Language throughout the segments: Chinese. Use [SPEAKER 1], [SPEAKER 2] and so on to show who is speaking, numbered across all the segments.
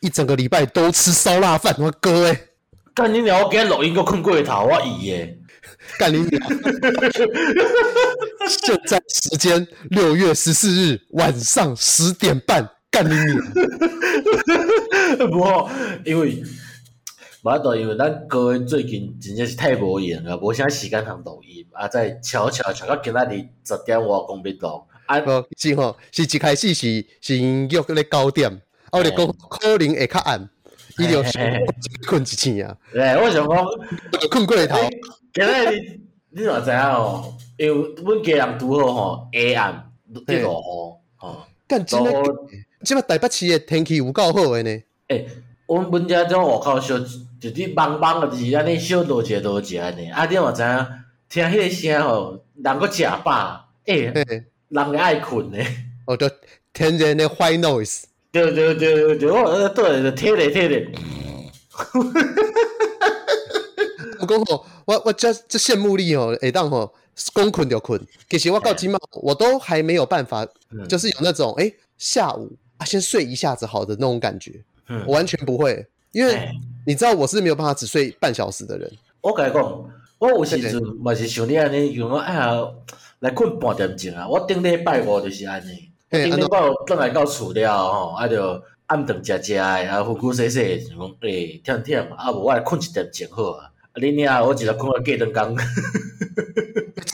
[SPEAKER 1] 一整个礼拜都吃烧腊饭，我哥哎，
[SPEAKER 2] 干你娘！我给他录音个困过头，我姨耶！
[SPEAKER 1] 干你娘！ 现在时间六月十四日晚上十点半，干你娘！
[SPEAKER 2] 无好，因为无法度，因为咱哥的最近真正是太无闲啊，无啥时间通录音，啊，再悄悄悄到今仔日十点外讲要录，啊，
[SPEAKER 1] 无哦是吼，是一开始是是因约咧九点，啊，我就讲可能会较暗，伊就想
[SPEAKER 2] 嘿嘿
[SPEAKER 1] 困一醒啊，
[SPEAKER 2] 来，我想讲，
[SPEAKER 1] 我就困过头，
[SPEAKER 2] 哎今仔日你若知影哦，因为阮家人拄好吼，下暗咧落雨，吼，
[SPEAKER 1] 干真诶！
[SPEAKER 2] 落雨，
[SPEAKER 1] 即摆台北市诶天气有够好诶呢，
[SPEAKER 2] 诶，阮阮遮种外口小，就滴梆梆的，就是安尼小落一下落一下安尼，啊，你嘛知影，听迄个声吼，人搁食饱，诶，
[SPEAKER 1] 嘿，
[SPEAKER 2] 人会爱困诶。
[SPEAKER 1] 哦，就天然诶 white noise，
[SPEAKER 2] 对对对对对，我呃对对贴咧贴咧，
[SPEAKER 1] 我讲吼，我我这这羡慕你吼，会当吼，讲困就困，其实我到今嘛，我都还没有办法，
[SPEAKER 2] 嗯
[SPEAKER 1] 就是有那种诶、下午啊先睡一下子好的那种感觉，
[SPEAKER 2] 嗯
[SPEAKER 1] 我完全不会，因为
[SPEAKER 2] 哎
[SPEAKER 1] 你知道我是没有办法只睡半小时的人。
[SPEAKER 2] 我甲你讲，我有时阵嘛是像你安尼，用我哎呀来困半点钟啊。我顶礼拜五就是安尼，
[SPEAKER 1] 嘿啊
[SPEAKER 2] 顶
[SPEAKER 1] 安
[SPEAKER 2] 礼
[SPEAKER 1] 怎
[SPEAKER 2] 拜五转来到厝了吼，啊就暗顿食食的，啊呼呼洗洗，想讲诶忝忝，啊无我来困一点钟好啊。啊你娘，我一日困到过两工，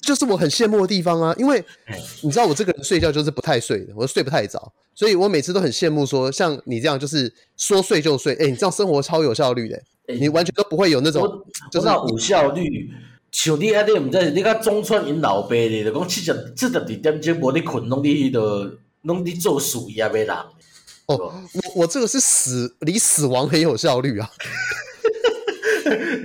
[SPEAKER 1] 这就是我很羡慕的地方啊，因为
[SPEAKER 2] 哎
[SPEAKER 1] 你知道我这个人睡觉就是不太睡的，我睡不太着，所以我每次都很羡慕说像你这样就是说睡就睡，哎、你这样生活超有效率的、
[SPEAKER 2] 哎
[SPEAKER 1] 你完全都不会有那种
[SPEAKER 2] 我
[SPEAKER 1] 就是
[SPEAKER 2] 我那有效率。像你安尼，毋知你甲中川因老爸咧，就讲七十七十二点钟无你困，拢伫迄落，拢伫做事业诶人。
[SPEAKER 1] 哦，我我这个是死离死亡很有效率啊，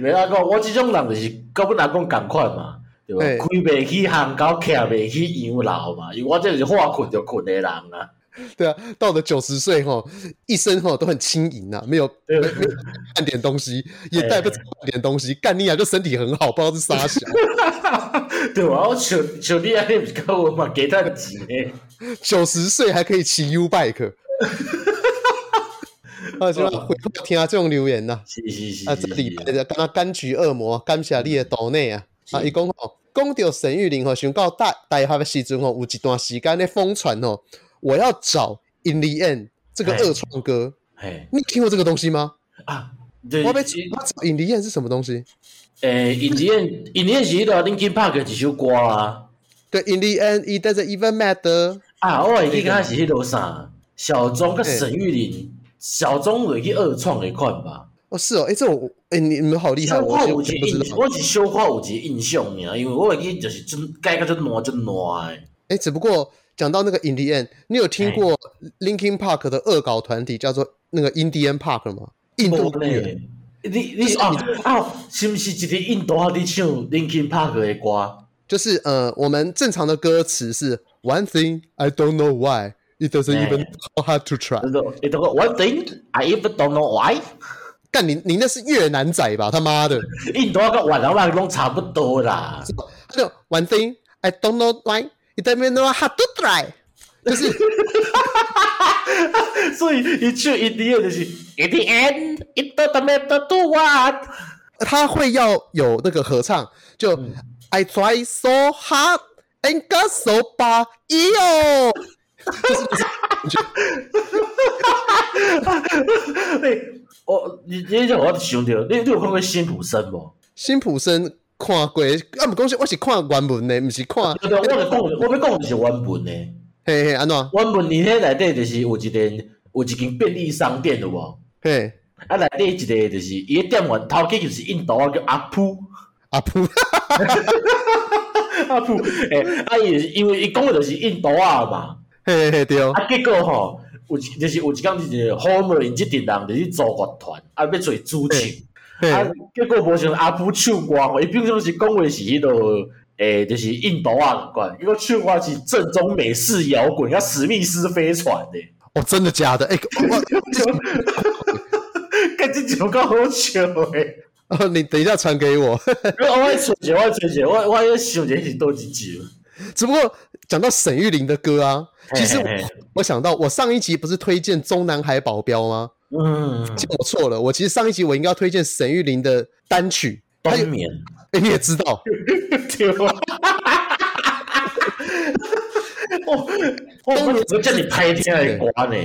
[SPEAKER 2] 袂啊讲，我即种人就是甲本来讲共款嘛，对吧？
[SPEAKER 1] 嘿
[SPEAKER 2] 开袂起巷口，徛袂起洋楼嘛，因为我这就是话困就困的人啊。
[SPEAKER 1] 对啊，到了九十岁吼，一生吼都很轻盈啊，没有
[SPEAKER 2] 对
[SPEAKER 1] 没没有半点东西，也带不走半点东西，干你啊就身体很好，不知道是啥小，
[SPEAKER 2] 对吧？我像像你安尼，毋是甲我嘛加趁钱诶。
[SPEAKER 1] 九十岁还可以骑 U bike，啊，就回头听这种留言呐、
[SPEAKER 2] 是是是
[SPEAKER 1] 啊，
[SPEAKER 2] 是
[SPEAKER 1] 这
[SPEAKER 2] 是
[SPEAKER 1] 礼拜的敢若柑橘恶魔，感谢你的岛内啊！啊，伊讲吼，讲到沈玉玲吼，想到大大学的时阵吼，有一段时间咧疯传吼，我要找 In the End 这个
[SPEAKER 2] 嘿
[SPEAKER 1] 二创歌，
[SPEAKER 2] 嘿
[SPEAKER 1] 你听过这个东西吗？
[SPEAKER 2] 啊，对
[SPEAKER 1] 我要，我要找 In the End 是什么东西？
[SPEAKER 2] 诶，尹燕尹燕是迄个 Linkin Park 的一首歌啊。
[SPEAKER 1] 对，In the End it doesn't even matter。
[SPEAKER 2] 啊，我会记敢是迄个啥，小钟甲沈玉琳，小钟有去二创诶款吧。
[SPEAKER 1] 哦，是哦，哎，这我，哎，你你们好厉害，
[SPEAKER 2] 小
[SPEAKER 1] 我
[SPEAKER 2] 可
[SPEAKER 1] 就
[SPEAKER 2] 有
[SPEAKER 1] 不
[SPEAKER 2] 一个
[SPEAKER 1] 知
[SPEAKER 2] 印，
[SPEAKER 1] 道。
[SPEAKER 2] 我是小可有一个印象尔，因为我会记就是真改到真烂真烂诶。
[SPEAKER 1] 哎，只不过讲到那个 In the End，你有听
[SPEAKER 2] 嘿
[SPEAKER 1] 过 Linkin Park 的恶搞团体叫做那个 Indian Park 吗？印度啊公园。
[SPEAKER 2] 呢？你你是啊啊，是毋是一个印度啊？伫唱 Linkin Park 诶歌？
[SPEAKER 1] 就是呃，我们正常的歌词是 One thing I don't know why it doesn't
[SPEAKER 2] 哎
[SPEAKER 1] even know hard to try。
[SPEAKER 2] 那个那个 One thing I even don't know why，
[SPEAKER 1] 干你你那是越南仔吧？他妈的！
[SPEAKER 2] 印度啊甲越南人拢差不多 啦。
[SPEAKER 1] 他就 One thing I don't know why it doesn't even know hard to try。就是
[SPEAKER 2] 所以伊唱 In the end 就是 In the end it doesn't matter to what。
[SPEAKER 1] 呃他会要有那个合唱，就、I
[SPEAKER 2] 嗯
[SPEAKER 1] try so hard and got so far，哟，
[SPEAKER 2] 诶，我你你让我想着，你你有看过辛普森无？
[SPEAKER 1] 辛普森看过，啊不讲是我是看原文的，不是看
[SPEAKER 2] 对对，我就讲，我要讲的是原文诶。
[SPEAKER 1] 嘿嘿安怎
[SPEAKER 2] 阮文年迄内底就是有一间有一间便利商店有无？
[SPEAKER 1] 嘿
[SPEAKER 2] 啊，内底一个就是伊个店员头家就是印度啊，叫阿普。
[SPEAKER 1] 阿普。
[SPEAKER 2] 阿 普，诶、啊伊就是因为伊讲的就是印度啊嘛，
[SPEAKER 1] 嘿嘿嘿，对哦，
[SPEAKER 2] 啊结果吼，有一就是有一工就是 Homer 因即阵人就是组乐团，啊要做主唱，
[SPEAKER 1] 嘿
[SPEAKER 2] 啊结果无像阿普唱歌吼，伊平常时讲话是迄、那个。诶、就是印度啊，同款，伊个唱歌是正宗美式摇滚，甲史密斯飞船的、
[SPEAKER 1] 哦，真的假的？哎、我
[SPEAKER 2] 干这种够好笑诶！
[SPEAKER 1] 哦，你等一下传给我。
[SPEAKER 2] 我我存钱，我存钱，我我要想一个是多一集。
[SPEAKER 1] 只不过讲到沈玉琳的歌啊，其实我
[SPEAKER 2] 嘿嘿嘿
[SPEAKER 1] 我想到我上一集不是推荐《中南海保镖》吗？
[SPEAKER 2] 嗯，
[SPEAKER 1] 这我错了，我其实上一集我应该要推荐沈玉琳的单曲，他有
[SPEAKER 2] 冬眠，
[SPEAKER 1] 哎你也知道，
[SPEAKER 2] 对吧？哦，我我叫你拍天来刮呢，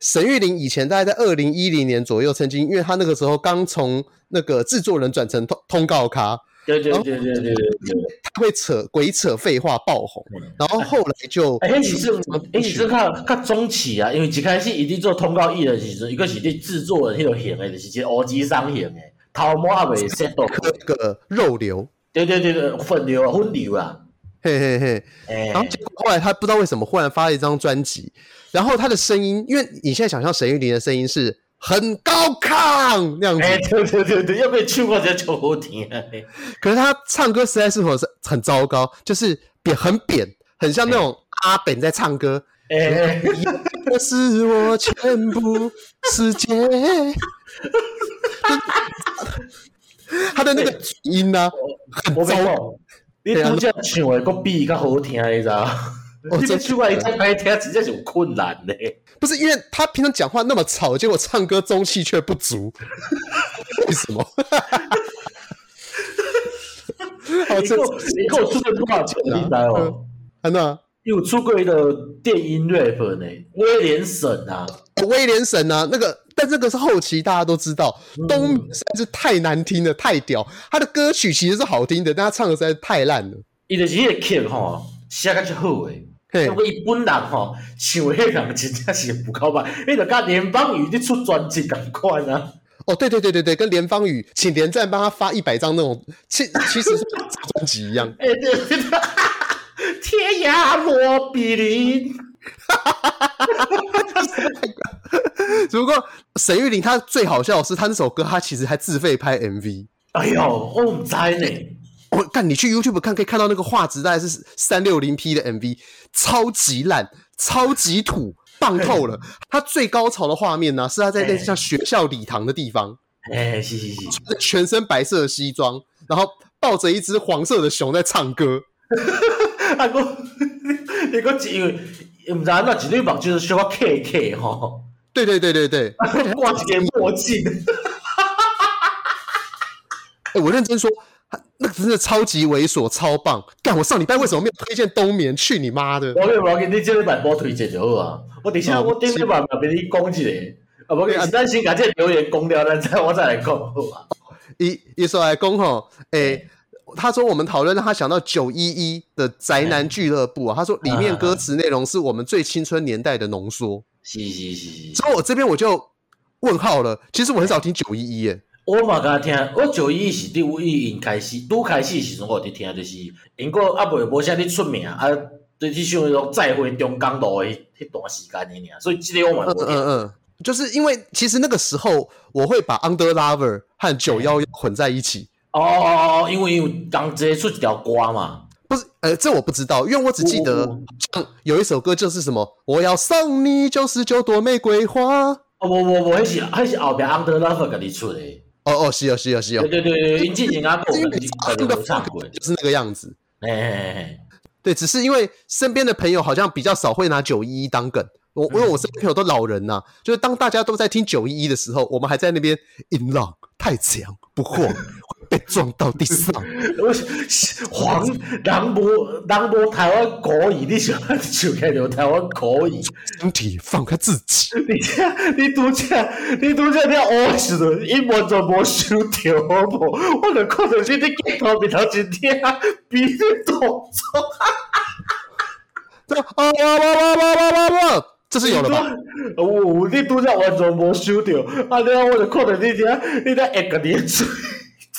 [SPEAKER 1] 沈玉琳以前大概在二零一零年左右，曾经因为他那个时候刚从那个制作人转成通通告咖，
[SPEAKER 2] 对对对对对对对。
[SPEAKER 1] 他会扯鬼扯废话爆红，然后后来就
[SPEAKER 2] 哎、欸，其实，哎、欸，其实较较中期啊，因为一开始伊伫做通告艺人的时阵，伊个是伫制作人迄种型的，就是一个乌鸡商型的，头毛也未 set 到。
[SPEAKER 1] 那个肉流，
[SPEAKER 2] 对对对对，分流啊，分流啊，
[SPEAKER 1] 嘿嘿嘿，
[SPEAKER 2] 哎、
[SPEAKER 1] 然后结果后来他不知道为什么忽然发了一张专辑，然后他的声音，因为你现在想象沈玉琳的声音是很高亢那样子，
[SPEAKER 2] 哎、对对对对，要不然唱歌才唱好听、啊。
[SPEAKER 1] 可是他唱歌实在是很很糟糕，就是扁很扁，很像那种阿扁在唱歌。
[SPEAKER 2] 哎、欸，
[SPEAKER 1] 这是我全部世 界，他的那个音啊呢、
[SPEAKER 2] 我
[SPEAKER 1] 很
[SPEAKER 2] 被讲
[SPEAKER 1] 糟，，
[SPEAKER 2] 你
[SPEAKER 1] 对啊
[SPEAKER 2] 拄则唱的佫比伊较好听，你知道？
[SPEAKER 1] 哦
[SPEAKER 2] 你
[SPEAKER 1] 真
[SPEAKER 2] 这唱歌伊再歹听，真正是有困难的。
[SPEAKER 1] 不是因为他平常讲话那么吵，结果唱歌中气却不足， 为什么？ 好，
[SPEAKER 2] 你
[SPEAKER 1] 这嗯
[SPEAKER 2] 够你够出过多少钱？你知道吗？
[SPEAKER 1] 安娜，
[SPEAKER 2] 你有出过一个电音 rap 呢，威廉省啊，
[SPEAKER 1] 呃威廉神啊，那个，但这个是后期大家都知道，
[SPEAKER 2] 嗯
[SPEAKER 1] 东明实在是太难听了，太屌。他的歌曲其实是好听的，但他唱的实在是太烂了。
[SPEAKER 2] 伊就是迄个曲吼，写甲足好诶。
[SPEAKER 1] 嘿
[SPEAKER 2] 不，过伊本人吼，唱诶迄人真正是有够歹，迄就甲连邦宇咧出专辑共款啊。
[SPEAKER 1] 哦，对对对对对，跟连方宇请连战帮他发一百张那种，其其实是专辑一样。
[SPEAKER 2] 哎、对对对，天涯若比邻。
[SPEAKER 1] 只不过沈玉琳她最好笑的是，她那首歌她其实还自费拍 MV。
[SPEAKER 2] 哎呦，我毋知呢。
[SPEAKER 1] 我干，你去 YouTube 看，可以看到那个画质大概是三六零 P 的 MV，超级烂，超级土，棒透 了。它最高潮的画面呢、是他在类似像学校礼堂的地方，
[SPEAKER 2] 哎、是是是，
[SPEAKER 1] 穿着全身白色的西装，然后抱着一只黄色的熊在唱歌。
[SPEAKER 2] 啊我 你讲是因为毋知安怎一对目睭小可客客吼，
[SPEAKER 1] 对对对对对，
[SPEAKER 2] 啊挂一个墨镜，
[SPEAKER 1] 哎，我认真说，他那个真的超级猥琐，超棒。干，我上礼拜为什么没有推荐冬眠？去你妈的！
[SPEAKER 2] 我要无要紧，你即礼拜我推荐就好啊。我等下
[SPEAKER 1] 哦
[SPEAKER 2] 我顶礼拜嘛俾你讲一个，啊无紧，咱先甲这个留言讲了，咱再我再来讲好啊。
[SPEAKER 1] 一一说来公吼，诶、他说我们讨论让他想到九一一的宅男俱乐部啊，他说里面歌词内容是我们最青春年代的浓缩。
[SPEAKER 2] 是是是
[SPEAKER 1] 之后我这边我就问号了，其实我很少听九一一耶，
[SPEAKER 2] 我嘛甲听，我九一是伫五一因开始，拄开始的时阵我有伫听，就是因个啊袂无啥咧出名啊，对去想迄种再会中江路的迄迄段时间的尔，所以即个我嘛
[SPEAKER 1] 嗯
[SPEAKER 2] 无
[SPEAKER 1] 嗯
[SPEAKER 2] 听。
[SPEAKER 1] 嗯，就是因为其实那个时候我会把 Under Lover 和九幺幺混在一起，
[SPEAKER 2] 哦哦哦，因为有同齐出一条歌嘛，
[SPEAKER 1] 不是，呃，这我不知道，因为我只记得
[SPEAKER 2] 哦哦
[SPEAKER 1] 像有一首歌就是什么我要送你九十九朵玫瑰花，哦
[SPEAKER 2] 哦无无无，迄是迄是后壁 Under Love 甲你出的。
[SPEAKER 1] 哦是哦是哦是哦
[SPEAKER 2] 对，对对对，因之前阿有
[SPEAKER 1] 因为
[SPEAKER 2] 跟你跟你有唱过。
[SPEAKER 1] 就是那个样子。
[SPEAKER 2] 哎哎哎，
[SPEAKER 1] 对，只是因为身边的朋友好像比较少会拿九一一当梗。我因为我身边朋友都老人呐、就是当大家都在听九一一的时候，我们还在那边音浪太强，不过会被撞到地上。
[SPEAKER 2] 我黄人无人无台湾国语，你想就开着台湾国语。
[SPEAKER 1] 身体放开自己，
[SPEAKER 2] 你这你拄则你拄则了乌的时阵，伊完全无收着好无？我著看着你伫镜头面头前听比你动作，
[SPEAKER 1] 这啊哇哇哇哇哇哇哇，这是有了吧？
[SPEAKER 2] 有你拄则完全无收着，啊了我著看着你听，你在会甲你嘴，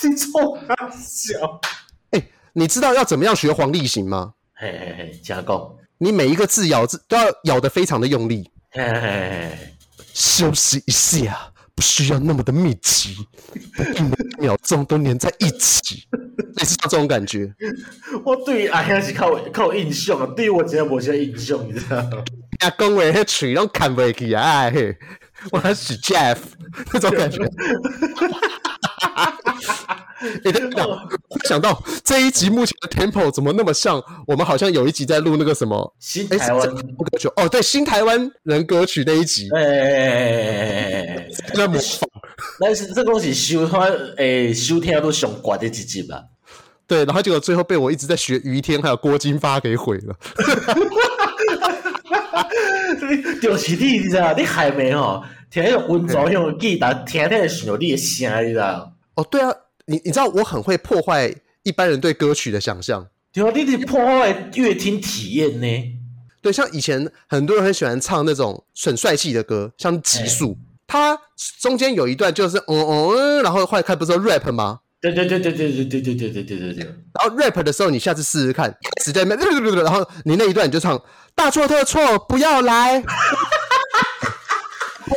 [SPEAKER 2] 你臭啊笑。
[SPEAKER 1] 哎，你知道要怎么样学黄立行吗？
[SPEAKER 2] 嘿嘿嘿，请讲。
[SPEAKER 1] 你每一个字咬字都要咬得非常的用力，
[SPEAKER 2] 嘿嘿嘿嘿。
[SPEAKER 1] 休息一下，不需要那么的密集，不必每一秒钟都粘在一起，类似像这种感觉。
[SPEAKER 2] 我对阿兄是较有较有印象啊，对于我真正无啥印象，你知道吗？
[SPEAKER 1] 啊，讲话迄嘴拢砍袂起啊！嘿，我是 Jeff 那种感觉。 哎、等等，忽然想到这一集目前的 tempo 怎么那么像？我们好像有一集在录那个什么，
[SPEAKER 2] 新
[SPEAKER 1] 哎、
[SPEAKER 2] 台湾
[SPEAKER 1] 是，歌曲哦，对，新台湾人歌曲那一集
[SPEAKER 2] 哎哎哎，
[SPEAKER 1] 在模仿，
[SPEAKER 2] 但是这东西收他诶收听都上悬的一集吧。
[SPEAKER 1] 对，然后结果最后被我一直在学于天还有郭金发给毁了。
[SPEAKER 2] 就是你，你知道，你害没吼？听迄个温州用记，但听听想到你的声，你知道？
[SPEAKER 1] 哦，对啊，你你知道我很会破坏一般人对歌曲的想象。
[SPEAKER 2] 对啊，你是破坏乐听体验呢。
[SPEAKER 1] 对，像以前很多人很喜欢唱那种很帅气的歌，像《极速》，它中间有一段就是嗯嗯嗯，然后后来开不是有 rap 吗？
[SPEAKER 2] 对对对对对对对对对对对对对。
[SPEAKER 1] 然后 rap 的时候，你下次试试看，只在那 边，然后你那一段你就唱大错特错，不要来。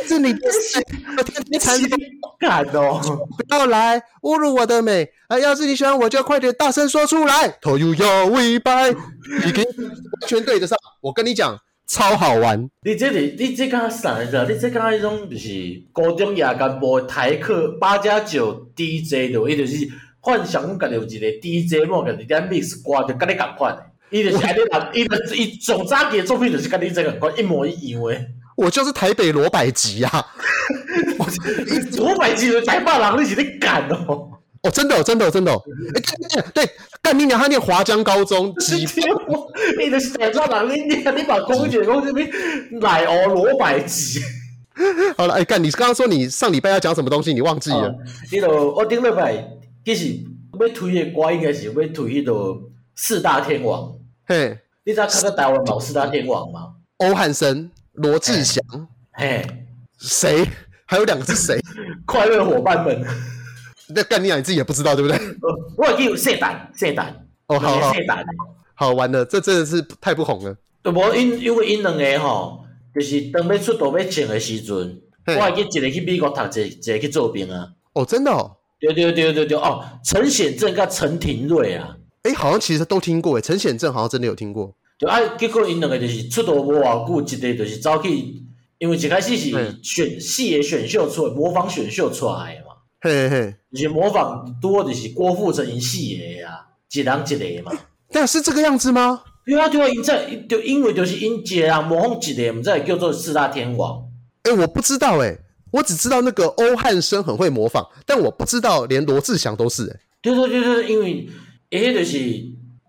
[SPEAKER 1] 这是你的事，我天天缠着你
[SPEAKER 2] 感哦，
[SPEAKER 1] 不要来侮辱我的美啊！要是你喜欢我，就快点大声说出来。头 o 要 we by，你跟完全对得上。我跟你讲，超好玩。
[SPEAKER 2] 你这里你这敢啥你知道？你这敢迄种就是高中夜间部的台客八加九 DJ 的，伊就是幻想阮家己有一个 DJ，我家己点 mix 歌，就甲你共款的。伊就是安尼啦， 伊就是伊上早期的作品就是甲你这共款一模一样的。
[SPEAKER 1] 我就是台北罗百吉啊！
[SPEAKER 2] 五百集的台北人，你是咧干哦？
[SPEAKER 1] 哦，真的、哦，真的、哦，真的、哦。哎、对，对干你娘！他念华江高中，几
[SPEAKER 2] 你就是台北人，你你你把讲一个讲什么奶鹅哦罗百集？
[SPEAKER 1] 好了，哎、干！你刚刚说你上礼拜要讲什么东西，你忘记了？
[SPEAKER 2] 哦你就我顶礼拜，其实要推的歌应该是要推迄个四大天王。
[SPEAKER 1] 嘿，
[SPEAKER 2] 你知道看到台湾老四大天王吗？
[SPEAKER 1] 欧汉声、罗志祥，
[SPEAKER 2] 嘿，
[SPEAKER 1] 谁？还有两个是谁？
[SPEAKER 2] 快乐伙伴们，
[SPEAKER 1] 那干你娘！你自己也不知道，对不对？
[SPEAKER 2] 我有记有谢蛋谢蛋，
[SPEAKER 1] 哦，好好
[SPEAKER 2] 谢蛋。
[SPEAKER 1] 好玩的，这真的是太不红了。
[SPEAKER 2] 就无因因为因两个吼，就是当要出道要穿的时阵，
[SPEAKER 1] 嘿
[SPEAKER 2] 我会记一个去美国读，一个一个去做兵啊。
[SPEAKER 1] 哦，真的哦。
[SPEAKER 2] 对对对对对哦，陈显正甲陈廷瑞啊，
[SPEAKER 1] 哎，好像其实都听过哎，陈显正好像真的有听过。
[SPEAKER 2] 对啊，结果因两个就是出道无偌久，一个就是走去，因为一开始是
[SPEAKER 1] 嗯
[SPEAKER 2] 选戏的选秀出来，模仿选秀出来的嘛，
[SPEAKER 1] 嘿嘿嘿，
[SPEAKER 2] 就是模仿多就是郭富城因戏的啊，一人一个嘛。
[SPEAKER 1] 但是这个样子吗？
[SPEAKER 2] 对啊对啊，因在就因为就是因一个人模仿一个，毋知会叫做四大天王。
[SPEAKER 1] 哎，我不知道哎，我只知道那个欧汉声很会模仿，但我不知道连罗志祥都是哎。
[SPEAKER 2] 对对对对，因为伊迄就是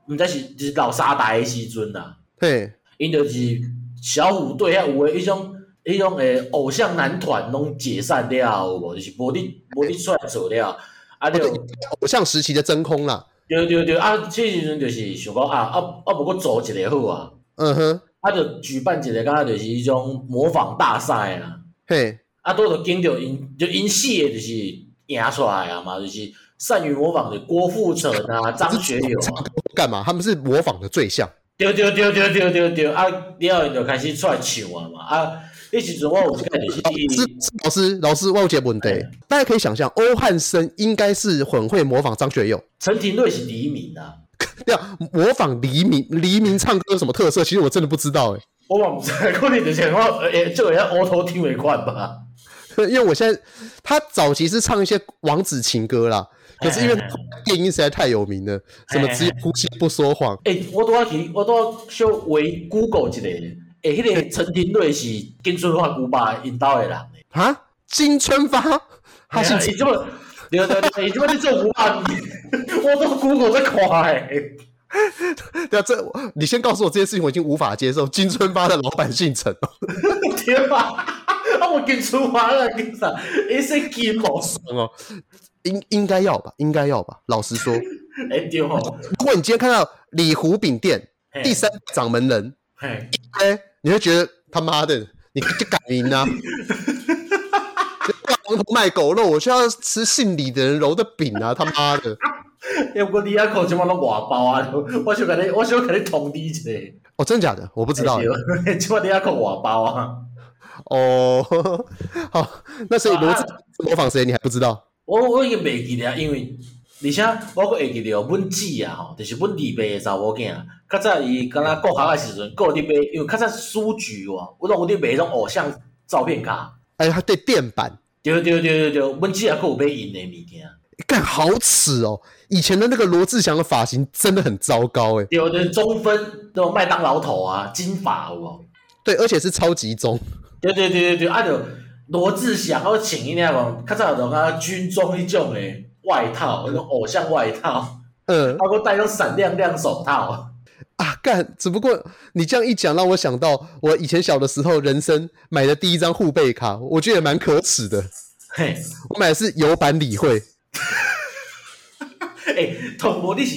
[SPEAKER 2] 毋知是就是老三代的时阵啊啦，
[SPEAKER 1] 嘿，
[SPEAKER 2] 因就是小虎队遐有诶迄种迄种诶偶像男团拢解散了有无？就是无你无你出来做了，啊就
[SPEAKER 1] 偶像时期的真空啦。
[SPEAKER 2] 对对对啊，迄时阵就是想讲啊啊啊，不过做一个好啊，
[SPEAKER 1] 嗯哼，
[SPEAKER 2] 啊就举办一个敢若就是迄种模仿大赛啊，
[SPEAKER 1] 嘿，
[SPEAKER 2] 啊都就经着因就因四个就是赢出来啊嘛，就是善于模仿的郭富城啊、张学友啊。
[SPEAKER 1] 干嘛？他们是模仿的最像。
[SPEAKER 2] 对对对对对对对，啊，了后就开始出来唱啊嘛，啊，迄时阵我有一个就是
[SPEAKER 1] 啊是
[SPEAKER 2] 去，
[SPEAKER 1] 是老师，老师，我有解问题。大家可以想象，欧汉声应该是很会模仿张学友，
[SPEAKER 2] 陈廷瑞是黎明啊，
[SPEAKER 1] 对啊，模仿黎明，黎明唱歌有什么特色？其实我真的不知道哎。
[SPEAKER 2] 我嘛毋知，可能就是我诶，就会晓乌头听的款吧。
[SPEAKER 1] 因为我现在他早期是唱一些王子情歌啦，可是因为
[SPEAKER 2] 哎哎哎
[SPEAKER 1] 电音实在太有名了，什么只有呼吸不说谎，
[SPEAKER 2] 诶、我拄仔去，我拄仔小为 Google 一个，诶、迄、个陈廷瑞是金春发古巴因兜的人哎诶，
[SPEAKER 1] 啊，金春发，他姓
[SPEAKER 2] 伊即么？对对对，伊即么咧做古巴， 我都 Google 在看诶。
[SPEAKER 1] 对啊，这你先告诉我这件事情，我已经无法接受。金春发的老板姓陈哦，
[SPEAKER 2] 对吧？ 啊，我金春发啊，金啥？伊说金毛，
[SPEAKER 1] 哦，应应该要吧，应该要吧。老实说，如
[SPEAKER 2] 诶、对吼。
[SPEAKER 1] 果你今天看到李湖饼店
[SPEAKER 2] 嘿
[SPEAKER 1] 第三掌门人，
[SPEAKER 2] 嘿，
[SPEAKER 1] 哎，你会觉得他妈的，你就敢赢啊！王头卖狗肉，我就要吃姓李的人揉的饼啊！他妈的！
[SPEAKER 2] 要不你阿口即马拢外包啊！我想甲你，我想甲你通知一下。
[SPEAKER 1] 哦，真假的？我不知道欸。
[SPEAKER 2] 对即马你阿口外包啊！
[SPEAKER 1] 哦， 好，那所以
[SPEAKER 2] 啊
[SPEAKER 1] 罗志模仿谁你还不知道？
[SPEAKER 2] 我我已经袂记了，因为而且我阁会记了，阮姊啊吼，就是阮二妹的查某囝，啊较早伊敢若国学的时阵，阁有伫买，因为较早书局哦，我拢有伫买迄种偶像照片卡。
[SPEAKER 1] 哎，他对电板，
[SPEAKER 2] 对对对对对，阮姊也阁有买因的物件。
[SPEAKER 1] 干好耻哦！以前的那个罗志祥的发型真的很糟糕哎、
[SPEAKER 2] 有的中分那种麦当劳头啊，金发有无？
[SPEAKER 1] 对，而且是超级中，
[SPEAKER 2] 对对对对对，啊就罗志祥，我穿伊那种较早有种啊军装迄种诶外套，那种偶像外套，
[SPEAKER 1] 嗯
[SPEAKER 2] 包括戴那种闪亮亮手套。
[SPEAKER 1] 啊干，只不过你这样一讲，让我想到我以前小的时候，人生买的第一张护贝卡，我觉得也蛮可耻的，
[SPEAKER 2] 嘿，
[SPEAKER 1] 我买的是油版理惠，
[SPEAKER 2] 诶、哎同无你是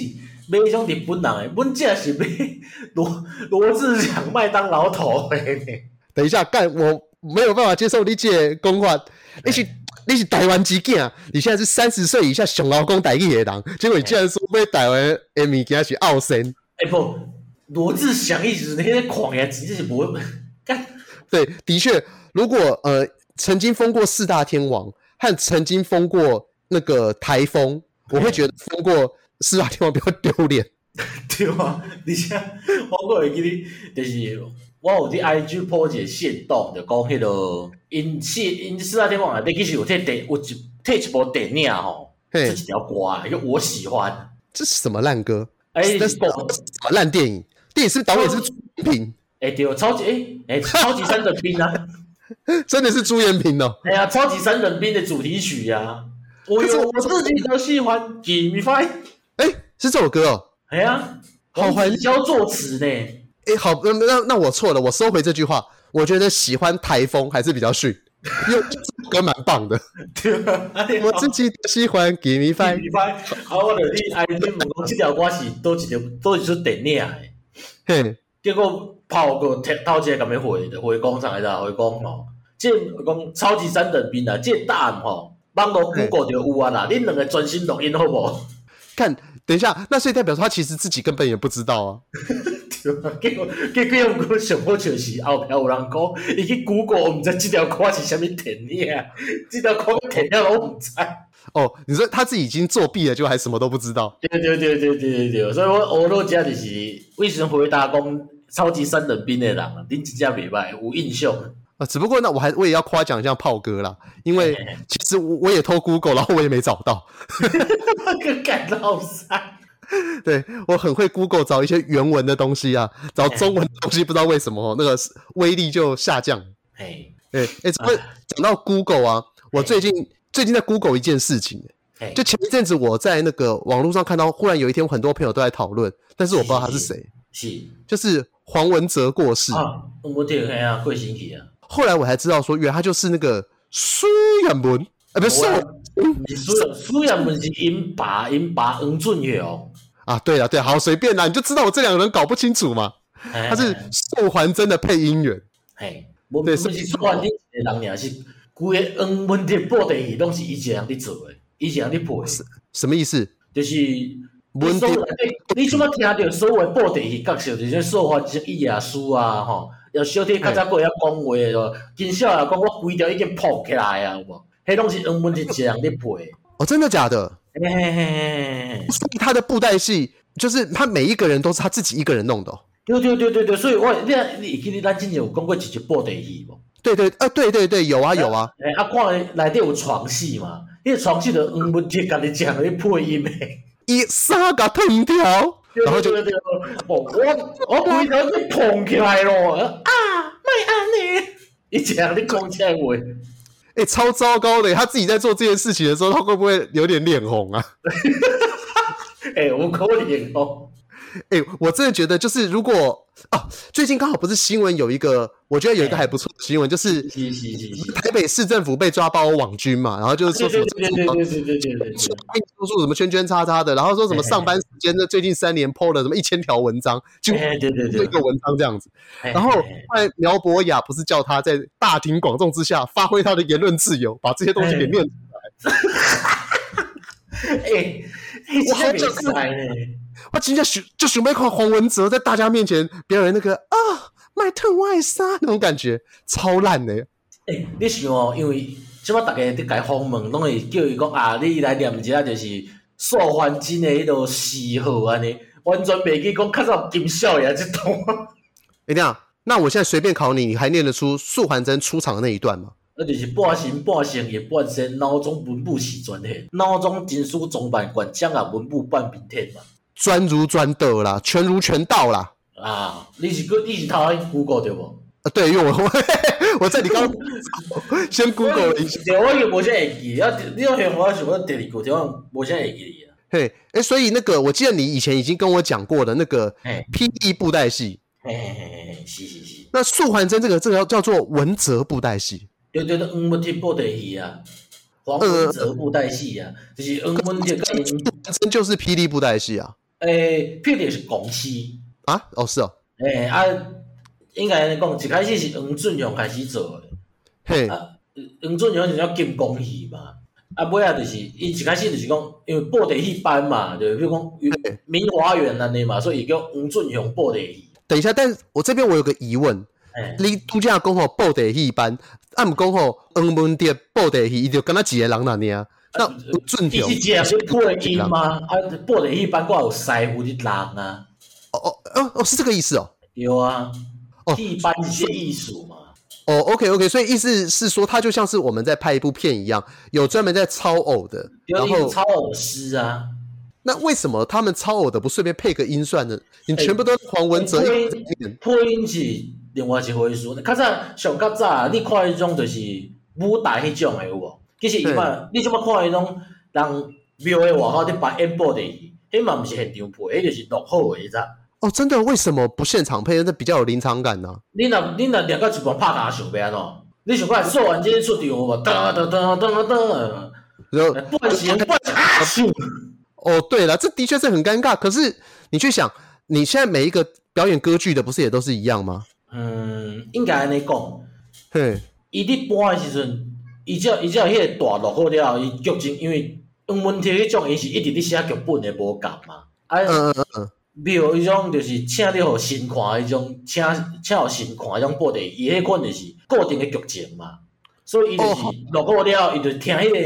[SPEAKER 2] 买迄种日本人诶，阮这是买 罗罗志祥麦当劳头 诶。
[SPEAKER 1] 等一下，干我没有办法接受你这个公话，你是你是台湾籍囝，你现在是三十岁以下熊老公台语的人，结果你竟然说被台湾的物件是澳神，
[SPEAKER 2] 诶、哎不，罗志祥伊是迄个狂诶，真正是无 干。
[SPEAKER 1] 对，的确，如果呃曾经封过四大天王和曾经封过那个台风，我会觉得封过四大天王比较丢脸。
[SPEAKER 2] 对啊，而且我阁会记哩，就是我有伫 IG 破一个线动，就讲迄落因四因四大天王内底其实有摕电有一摕一部电影吼，出
[SPEAKER 1] 嘿
[SPEAKER 2] 一，条歌，啊叫我喜欢。
[SPEAKER 1] 这是什么烂歌？
[SPEAKER 2] 哎、欸，
[SPEAKER 1] 这是哦什么烂电影？电影是不是导演是不是朱延
[SPEAKER 2] 哎、对，超级诶诶、超级三等兵啊！
[SPEAKER 1] 平，真的是朱延平哦。
[SPEAKER 2] 哎呀，超级三等兵的主题曲呀、啊，我
[SPEAKER 1] 可是
[SPEAKER 2] 有
[SPEAKER 1] 我
[SPEAKER 2] 我自己的喜欢，Give me five。
[SPEAKER 1] 哎，是这首歌哦。
[SPEAKER 2] 哎呀，
[SPEAKER 1] 好怀念
[SPEAKER 2] 王子肖作词呢。
[SPEAKER 1] 哎，好，那那那我错了，我收回这句话。我觉得喜欢台风还是比较逊，因为这首歌蛮棒的。
[SPEAKER 2] 对啊，啊你
[SPEAKER 1] 我自己喜欢 Give Me Five，
[SPEAKER 2] 礼拜，啊，我就去 IG 问讲，即条歌是倒一条，倒一出电影诶。
[SPEAKER 1] 嘿，
[SPEAKER 2] 结果炮哥踢头一个咁样回的，回讲啥来着？回讲吼，即讲超级三等兵啊，即答案吼，网络 Google 就有啊啦。恁两个专心录音好无？
[SPEAKER 1] 看，等一下，那所以代表说他其实自己根本也不知道啊。
[SPEAKER 2] 结果结果我上好笑是后壁有人讲，伊去 Google 毋知即条歌是啥物电影，即条歌电影我毋知。
[SPEAKER 1] 哦，你说他自己已经作弊了，就还什么都不知道？
[SPEAKER 2] 对对对对对对对，所以我欧乐家就是为什么回答讲超级三等兵的人，恁真正袂歹，有印象。
[SPEAKER 1] 啊，只不过呢，我还我也要夸奖一下炮哥啦，因为
[SPEAKER 2] 嘿嘿
[SPEAKER 1] 其实我我也偷 Google，然后我也没找到。
[SPEAKER 2] 个感到啥？
[SPEAKER 1] 对我很会 Google 找一些原文的东西啊，找中文的东西不知道为什么哦那个威力就下降。
[SPEAKER 2] 嘿，
[SPEAKER 1] 哎哎，怎么讲到 Google 啊？我最近最近在 Google 一件事情，
[SPEAKER 2] 嘿
[SPEAKER 1] 就前一阵子我在那个网络上看到，忽然有一天很多朋友都在讨论，但是我不知道他是谁，
[SPEAKER 2] 是
[SPEAKER 1] 就是黄文哲过世。
[SPEAKER 2] 啊，我听嘿啊，过星期啊，
[SPEAKER 1] 后来我才知道说，原来他就是那个苏远文，啊，不是苏
[SPEAKER 2] 我
[SPEAKER 1] 远文
[SPEAKER 2] 你虽然虽然不是因爸因爸黄俊雄，
[SPEAKER 1] 啊，对了对啦，好随便啦，你就知道我这两个人搞不清楚嘛。
[SPEAKER 2] 他
[SPEAKER 1] 他是
[SPEAKER 2] 哎
[SPEAKER 1] 素还真的配音员，
[SPEAKER 2] 嘿，无
[SPEAKER 1] 对
[SPEAKER 2] 不
[SPEAKER 1] 所以
[SPEAKER 2] 是说完你一个人尔，是规个黄文的布袋戏拢是伊一个人伫做诶，伊一个人伫配的，
[SPEAKER 1] 什么意思？
[SPEAKER 2] 就是。
[SPEAKER 1] 文
[SPEAKER 2] 你所
[SPEAKER 1] 蝶
[SPEAKER 2] 有内底，你即摆听到所有的布袋戏角色，就是说法即伊啊书啊吼，要小弟较早过会晓讲话的咯，今宵啊讲我规条已经扑起来啊，有无？迄拢是黄文的一个人伫配的。
[SPEAKER 1] 哦，真的假的？
[SPEAKER 2] 嘿嘿嘿嘿嘿，
[SPEAKER 1] 所以他的布袋戏就是他每一个人都是他自己一个人弄的、哦。
[SPEAKER 2] 对对对对对，所以我你啊，你会记得咱之前有讲过一集布袋戏无？
[SPEAKER 1] 对对，啊，对对对，有啊有啊，
[SPEAKER 2] 诶，啊，看内底有床戏嘛，迄个床戏就黄文杰家己讲咧配音的，
[SPEAKER 1] 一三个藤条，然后就
[SPEAKER 2] 对对对，我我规条去捧起来咯，啊，卖安尼，伊这样咧讲起来话，
[SPEAKER 1] 哎、超糟糕的。他自己在做这件事情的时候，他会不会有点脸红啊？
[SPEAKER 2] 诶，有可能哦，
[SPEAKER 1] 哎、我真的觉得就是如果啊，最近刚好不是新闻有一个，我觉得有一个
[SPEAKER 2] 哎
[SPEAKER 1] 还不错的新闻，就是
[SPEAKER 2] 是是是是，
[SPEAKER 1] 台北市政府被抓包网军嘛，然后就是说
[SPEAKER 2] 对
[SPEAKER 1] 什
[SPEAKER 2] 对
[SPEAKER 1] 么
[SPEAKER 2] 对对对对对对对，
[SPEAKER 1] 说出什么圈圈叉叉的，然后说什么上班时间呢，最近三年 PO 了什么一千条文章，就
[SPEAKER 2] 诶，对对
[SPEAKER 1] 一
[SPEAKER 2] 对，
[SPEAKER 1] 个文章这样子。然后后来苗博雅不是叫他在大庭广众之下发挥他的言论自由，把这些东西给念。
[SPEAKER 2] 诶，我好想看呢。
[SPEAKER 1] 我啊今天想就准备看黄文哲在大家面前表演那个啊卖疼外杀那种感觉，超烂的、
[SPEAKER 2] 诶、你想哦，因为即摆逐个伫家访问，拢会叫伊讲啊，你来念一下就是素环境的迄落嗜好安尼，完全袂记讲较早金少爷即 段。
[SPEAKER 1] 哎、欸，这样，那我现在随便考你，你还念得出素还真出场的那一段吗？
[SPEAKER 2] 啊，就是半身半身也半身，脑中文武是全黑，脑中金书总版管将啊文武半边天嘛。
[SPEAKER 1] 专如专斗啦，拳如拳道啦。
[SPEAKER 2] 啊，你是个你是头先 Google 对无？
[SPEAKER 1] 啊，对，因为我我在你刚先 Google 了一下，
[SPEAKER 2] 对，我又无啥会记，啊，你要现我想我第二句地方无啥会记啊。
[SPEAKER 1] 嘿，哎，所以那个我记得你以前已经跟我讲过的那个
[SPEAKER 2] 嘿，
[SPEAKER 1] 霹雳布袋戏，
[SPEAKER 2] 嘿嘿嘿嘿，是是是，
[SPEAKER 1] 那素还真这个这个叫做文泽布袋戏，
[SPEAKER 2] 对对对，黄文天布袋戏啊，黄文泽布袋戏啊，就是黄文杰甲因，
[SPEAKER 1] 素还真就是霹雳布袋戏啊
[SPEAKER 2] 诶，撇的是公司，
[SPEAKER 1] 啊，哦是哦，
[SPEAKER 2] 诶啊，应该安尼讲，一开始是黄俊雄开始做的。
[SPEAKER 1] 嘿，
[SPEAKER 2] 啊，黄俊雄是叫金光戏嘛，啊，尾仔就是伊一开始就是讲，因为布袋戏班嘛，就是比如讲
[SPEAKER 1] 对
[SPEAKER 2] 明华园安尼嘛，所以他叫黄俊雄布袋戏。
[SPEAKER 1] 等一下，但是我这边我有个疑问，
[SPEAKER 2] 哎，
[SPEAKER 1] 你度假讲吼布袋戏班，按讲吼黄文蝶布袋戏，伊就敢若一个人那尔啊，那俊
[SPEAKER 2] 伊
[SPEAKER 1] 雄
[SPEAKER 2] 是接是配音嘛，啊，布袋戏班我有师傅伫人啊，
[SPEAKER 1] 哦哦哦哦是这个意思哦。
[SPEAKER 2] 对啊，
[SPEAKER 1] 哦
[SPEAKER 2] 戏班是些艺术嘛，
[SPEAKER 1] 哦，OK OK，所以意思是说，它就像是我们在拍一部片一样，有专门在操偶的。
[SPEAKER 2] 对
[SPEAKER 1] 然
[SPEAKER 2] 啊，伊是
[SPEAKER 1] 后，
[SPEAKER 2] 超偶师啊，
[SPEAKER 1] 那为什么他们操偶的不顺便配个音算呢？你全部都是黄文哲
[SPEAKER 2] 哎
[SPEAKER 1] 一
[SPEAKER 2] 对
[SPEAKER 1] 直在念
[SPEAKER 2] 配音是另外一回事。较早上较早，你看迄种就是舞台迄种诶有无？其实伊嘛，你即摆看迄种人庙诶外口咧摆演播的，迄嘛毋是现场配，迄就是录好诶，你知道？
[SPEAKER 1] 哦，真的为什么不现场配？那比较有临场感啊呢、
[SPEAKER 2] 你若你若练到一半拍卡想要安怎？你想看做完即个出场有无？噔噔噔噔噔，
[SPEAKER 1] 然后，
[SPEAKER 2] 半形半形啊！咻
[SPEAKER 1] 哦，对了，这的确是很尴尬。可是你去想，你现在每一个表演歌剧的，不是也都是一样吗？
[SPEAKER 2] 嗯，应该安尼讲。
[SPEAKER 1] 嘿，
[SPEAKER 2] 伊伫播诶时阵，伊只伊只迄个大落好了后，伊剧情因为黄文天迄种伊是一直伫写剧本诶无共嘛，啊，
[SPEAKER 1] 嗯嗯嗯，
[SPEAKER 2] 比如迄种就是请你互新看迄种，请请互新看迄种布袋，伊迄款就是固定诶剧情嘛，所以伊就是
[SPEAKER 1] 哦
[SPEAKER 2] 落好了后，伊就听迄、个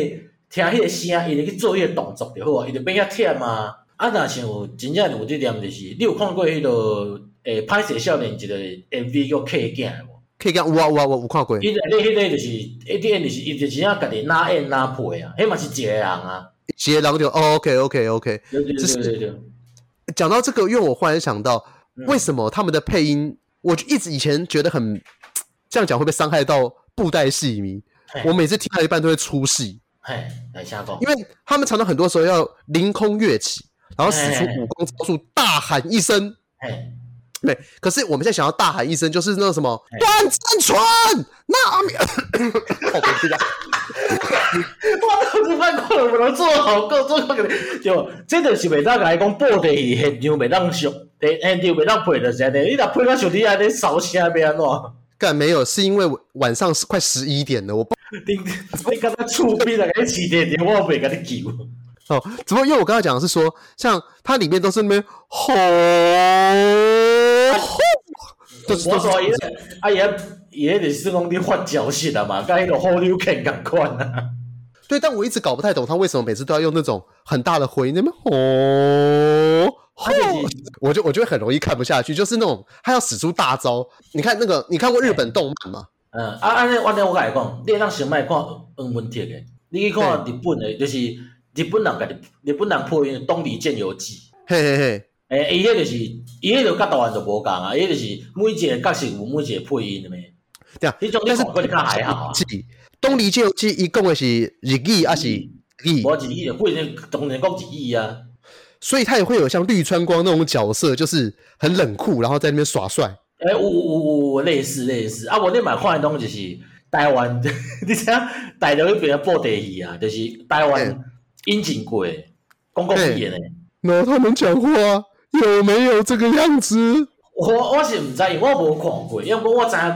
[SPEAKER 2] 听迄个声，伊就去做迄个动作就好啊，伊就变较忝啊。啊，若像有真正有即点就是，你有看过迄、个诶拍摄少年一个 MV 叫《客囝》无？
[SPEAKER 1] 可以讲哇哇哇，我看过，
[SPEAKER 2] 伊内底迄个就是一点就是伊就是啊，家己哪演哪配啊，迄嘛是一个人啊。
[SPEAKER 1] 接然后就、哦、OK OK OK。
[SPEAKER 2] 对对对对对，
[SPEAKER 1] 讲到这个，因为我忽然想到，
[SPEAKER 2] 嗯
[SPEAKER 1] 为什么他们的配音，我就一直以前觉得很这样讲会不会伤害到布袋戏迷
[SPEAKER 2] 嘿？
[SPEAKER 1] 我每次听到一半都会出戏，
[SPEAKER 2] 嘿，来下讲
[SPEAKER 1] 因。为他们常常很多时候要凌空跃起，然后使出
[SPEAKER 2] 嘿嘿嘿
[SPEAKER 1] 武功招数，大喊一声。
[SPEAKER 2] 嘿，
[SPEAKER 1] 对，可是我们现在想要大喊一声，就是那个什么
[SPEAKER 2] 嘿
[SPEAKER 1] 段正淳，那阿米，靠北这样
[SPEAKER 2] 我当时捌看有人做好够做好个，对，这就是袂当甲伊讲布袋戏现场袂当上，现现场袂当配就是安尼。你若配到像你安尼烧声要安怎？
[SPEAKER 1] 干没有，是因为晚上是快十一点了，我不
[SPEAKER 2] 你你敢若厝边来甲你饲电电，我袂甲你救。
[SPEAKER 1] 哦，只不过因为我刚才讲的是说，像它里面都是那边吼吼，就是
[SPEAKER 2] 我所以
[SPEAKER 1] 是，
[SPEAKER 2] 啊伊伊迄就是讲你发招式啊嘛，甲迄个好溜拳共款啊。
[SPEAKER 1] 对，但我一直搞不太懂他为什么每次都要用那种很大的回音，那边吼吼
[SPEAKER 2] 而且是，
[SPEAKER 1] 我就我就会很容易看不下去，就是那种他要使出大招。你看那个，你看过日本动漫吗？
[SPEAKER 2] 嗯，啊，安尼，我安尼我甲你讲，你会当先莫看黄文铁诶，你去看日本诶，就是日本人甲日日本人配音的《东离剑游记》
[SPEAKER 1] 嘿嘿嘿，
[SPEAKER 2] 诶、伊迄就是伊迄就甲台湾就无共啊，伊就是每一个角色有每一个配音的咩，
[SPEAKER 1] 这样。
[SPEAKER 2] 迄种你
[SPEAKER 1] 但是
[SPEAKER 2] 看过你较还好啊。
[SPEAKER 1] 记东离剑游记一共的是日语还是
[SPEAKER 2] 嗯
[SPEAKER 1] 日语？
[SPEAKER 2] 无日语，不然当然讲日语啊。
[SPEAKER 1] 所以他也会有像绿川光那种角色，就是很冷酷，然后在那边耍帅。
[SPEAKER 2] 诶、有有有有类似类似啊，我你嘛看迄种就是台湾， 你知影台湾迄边的布袋戏啊，就是台湾引进过的，讲国语言诶。
[SPEAKER 1] 那他们讲话有没有这个样子？
[SPEAKER 2] 我我是毋知，因为我无看过，因为我知影讲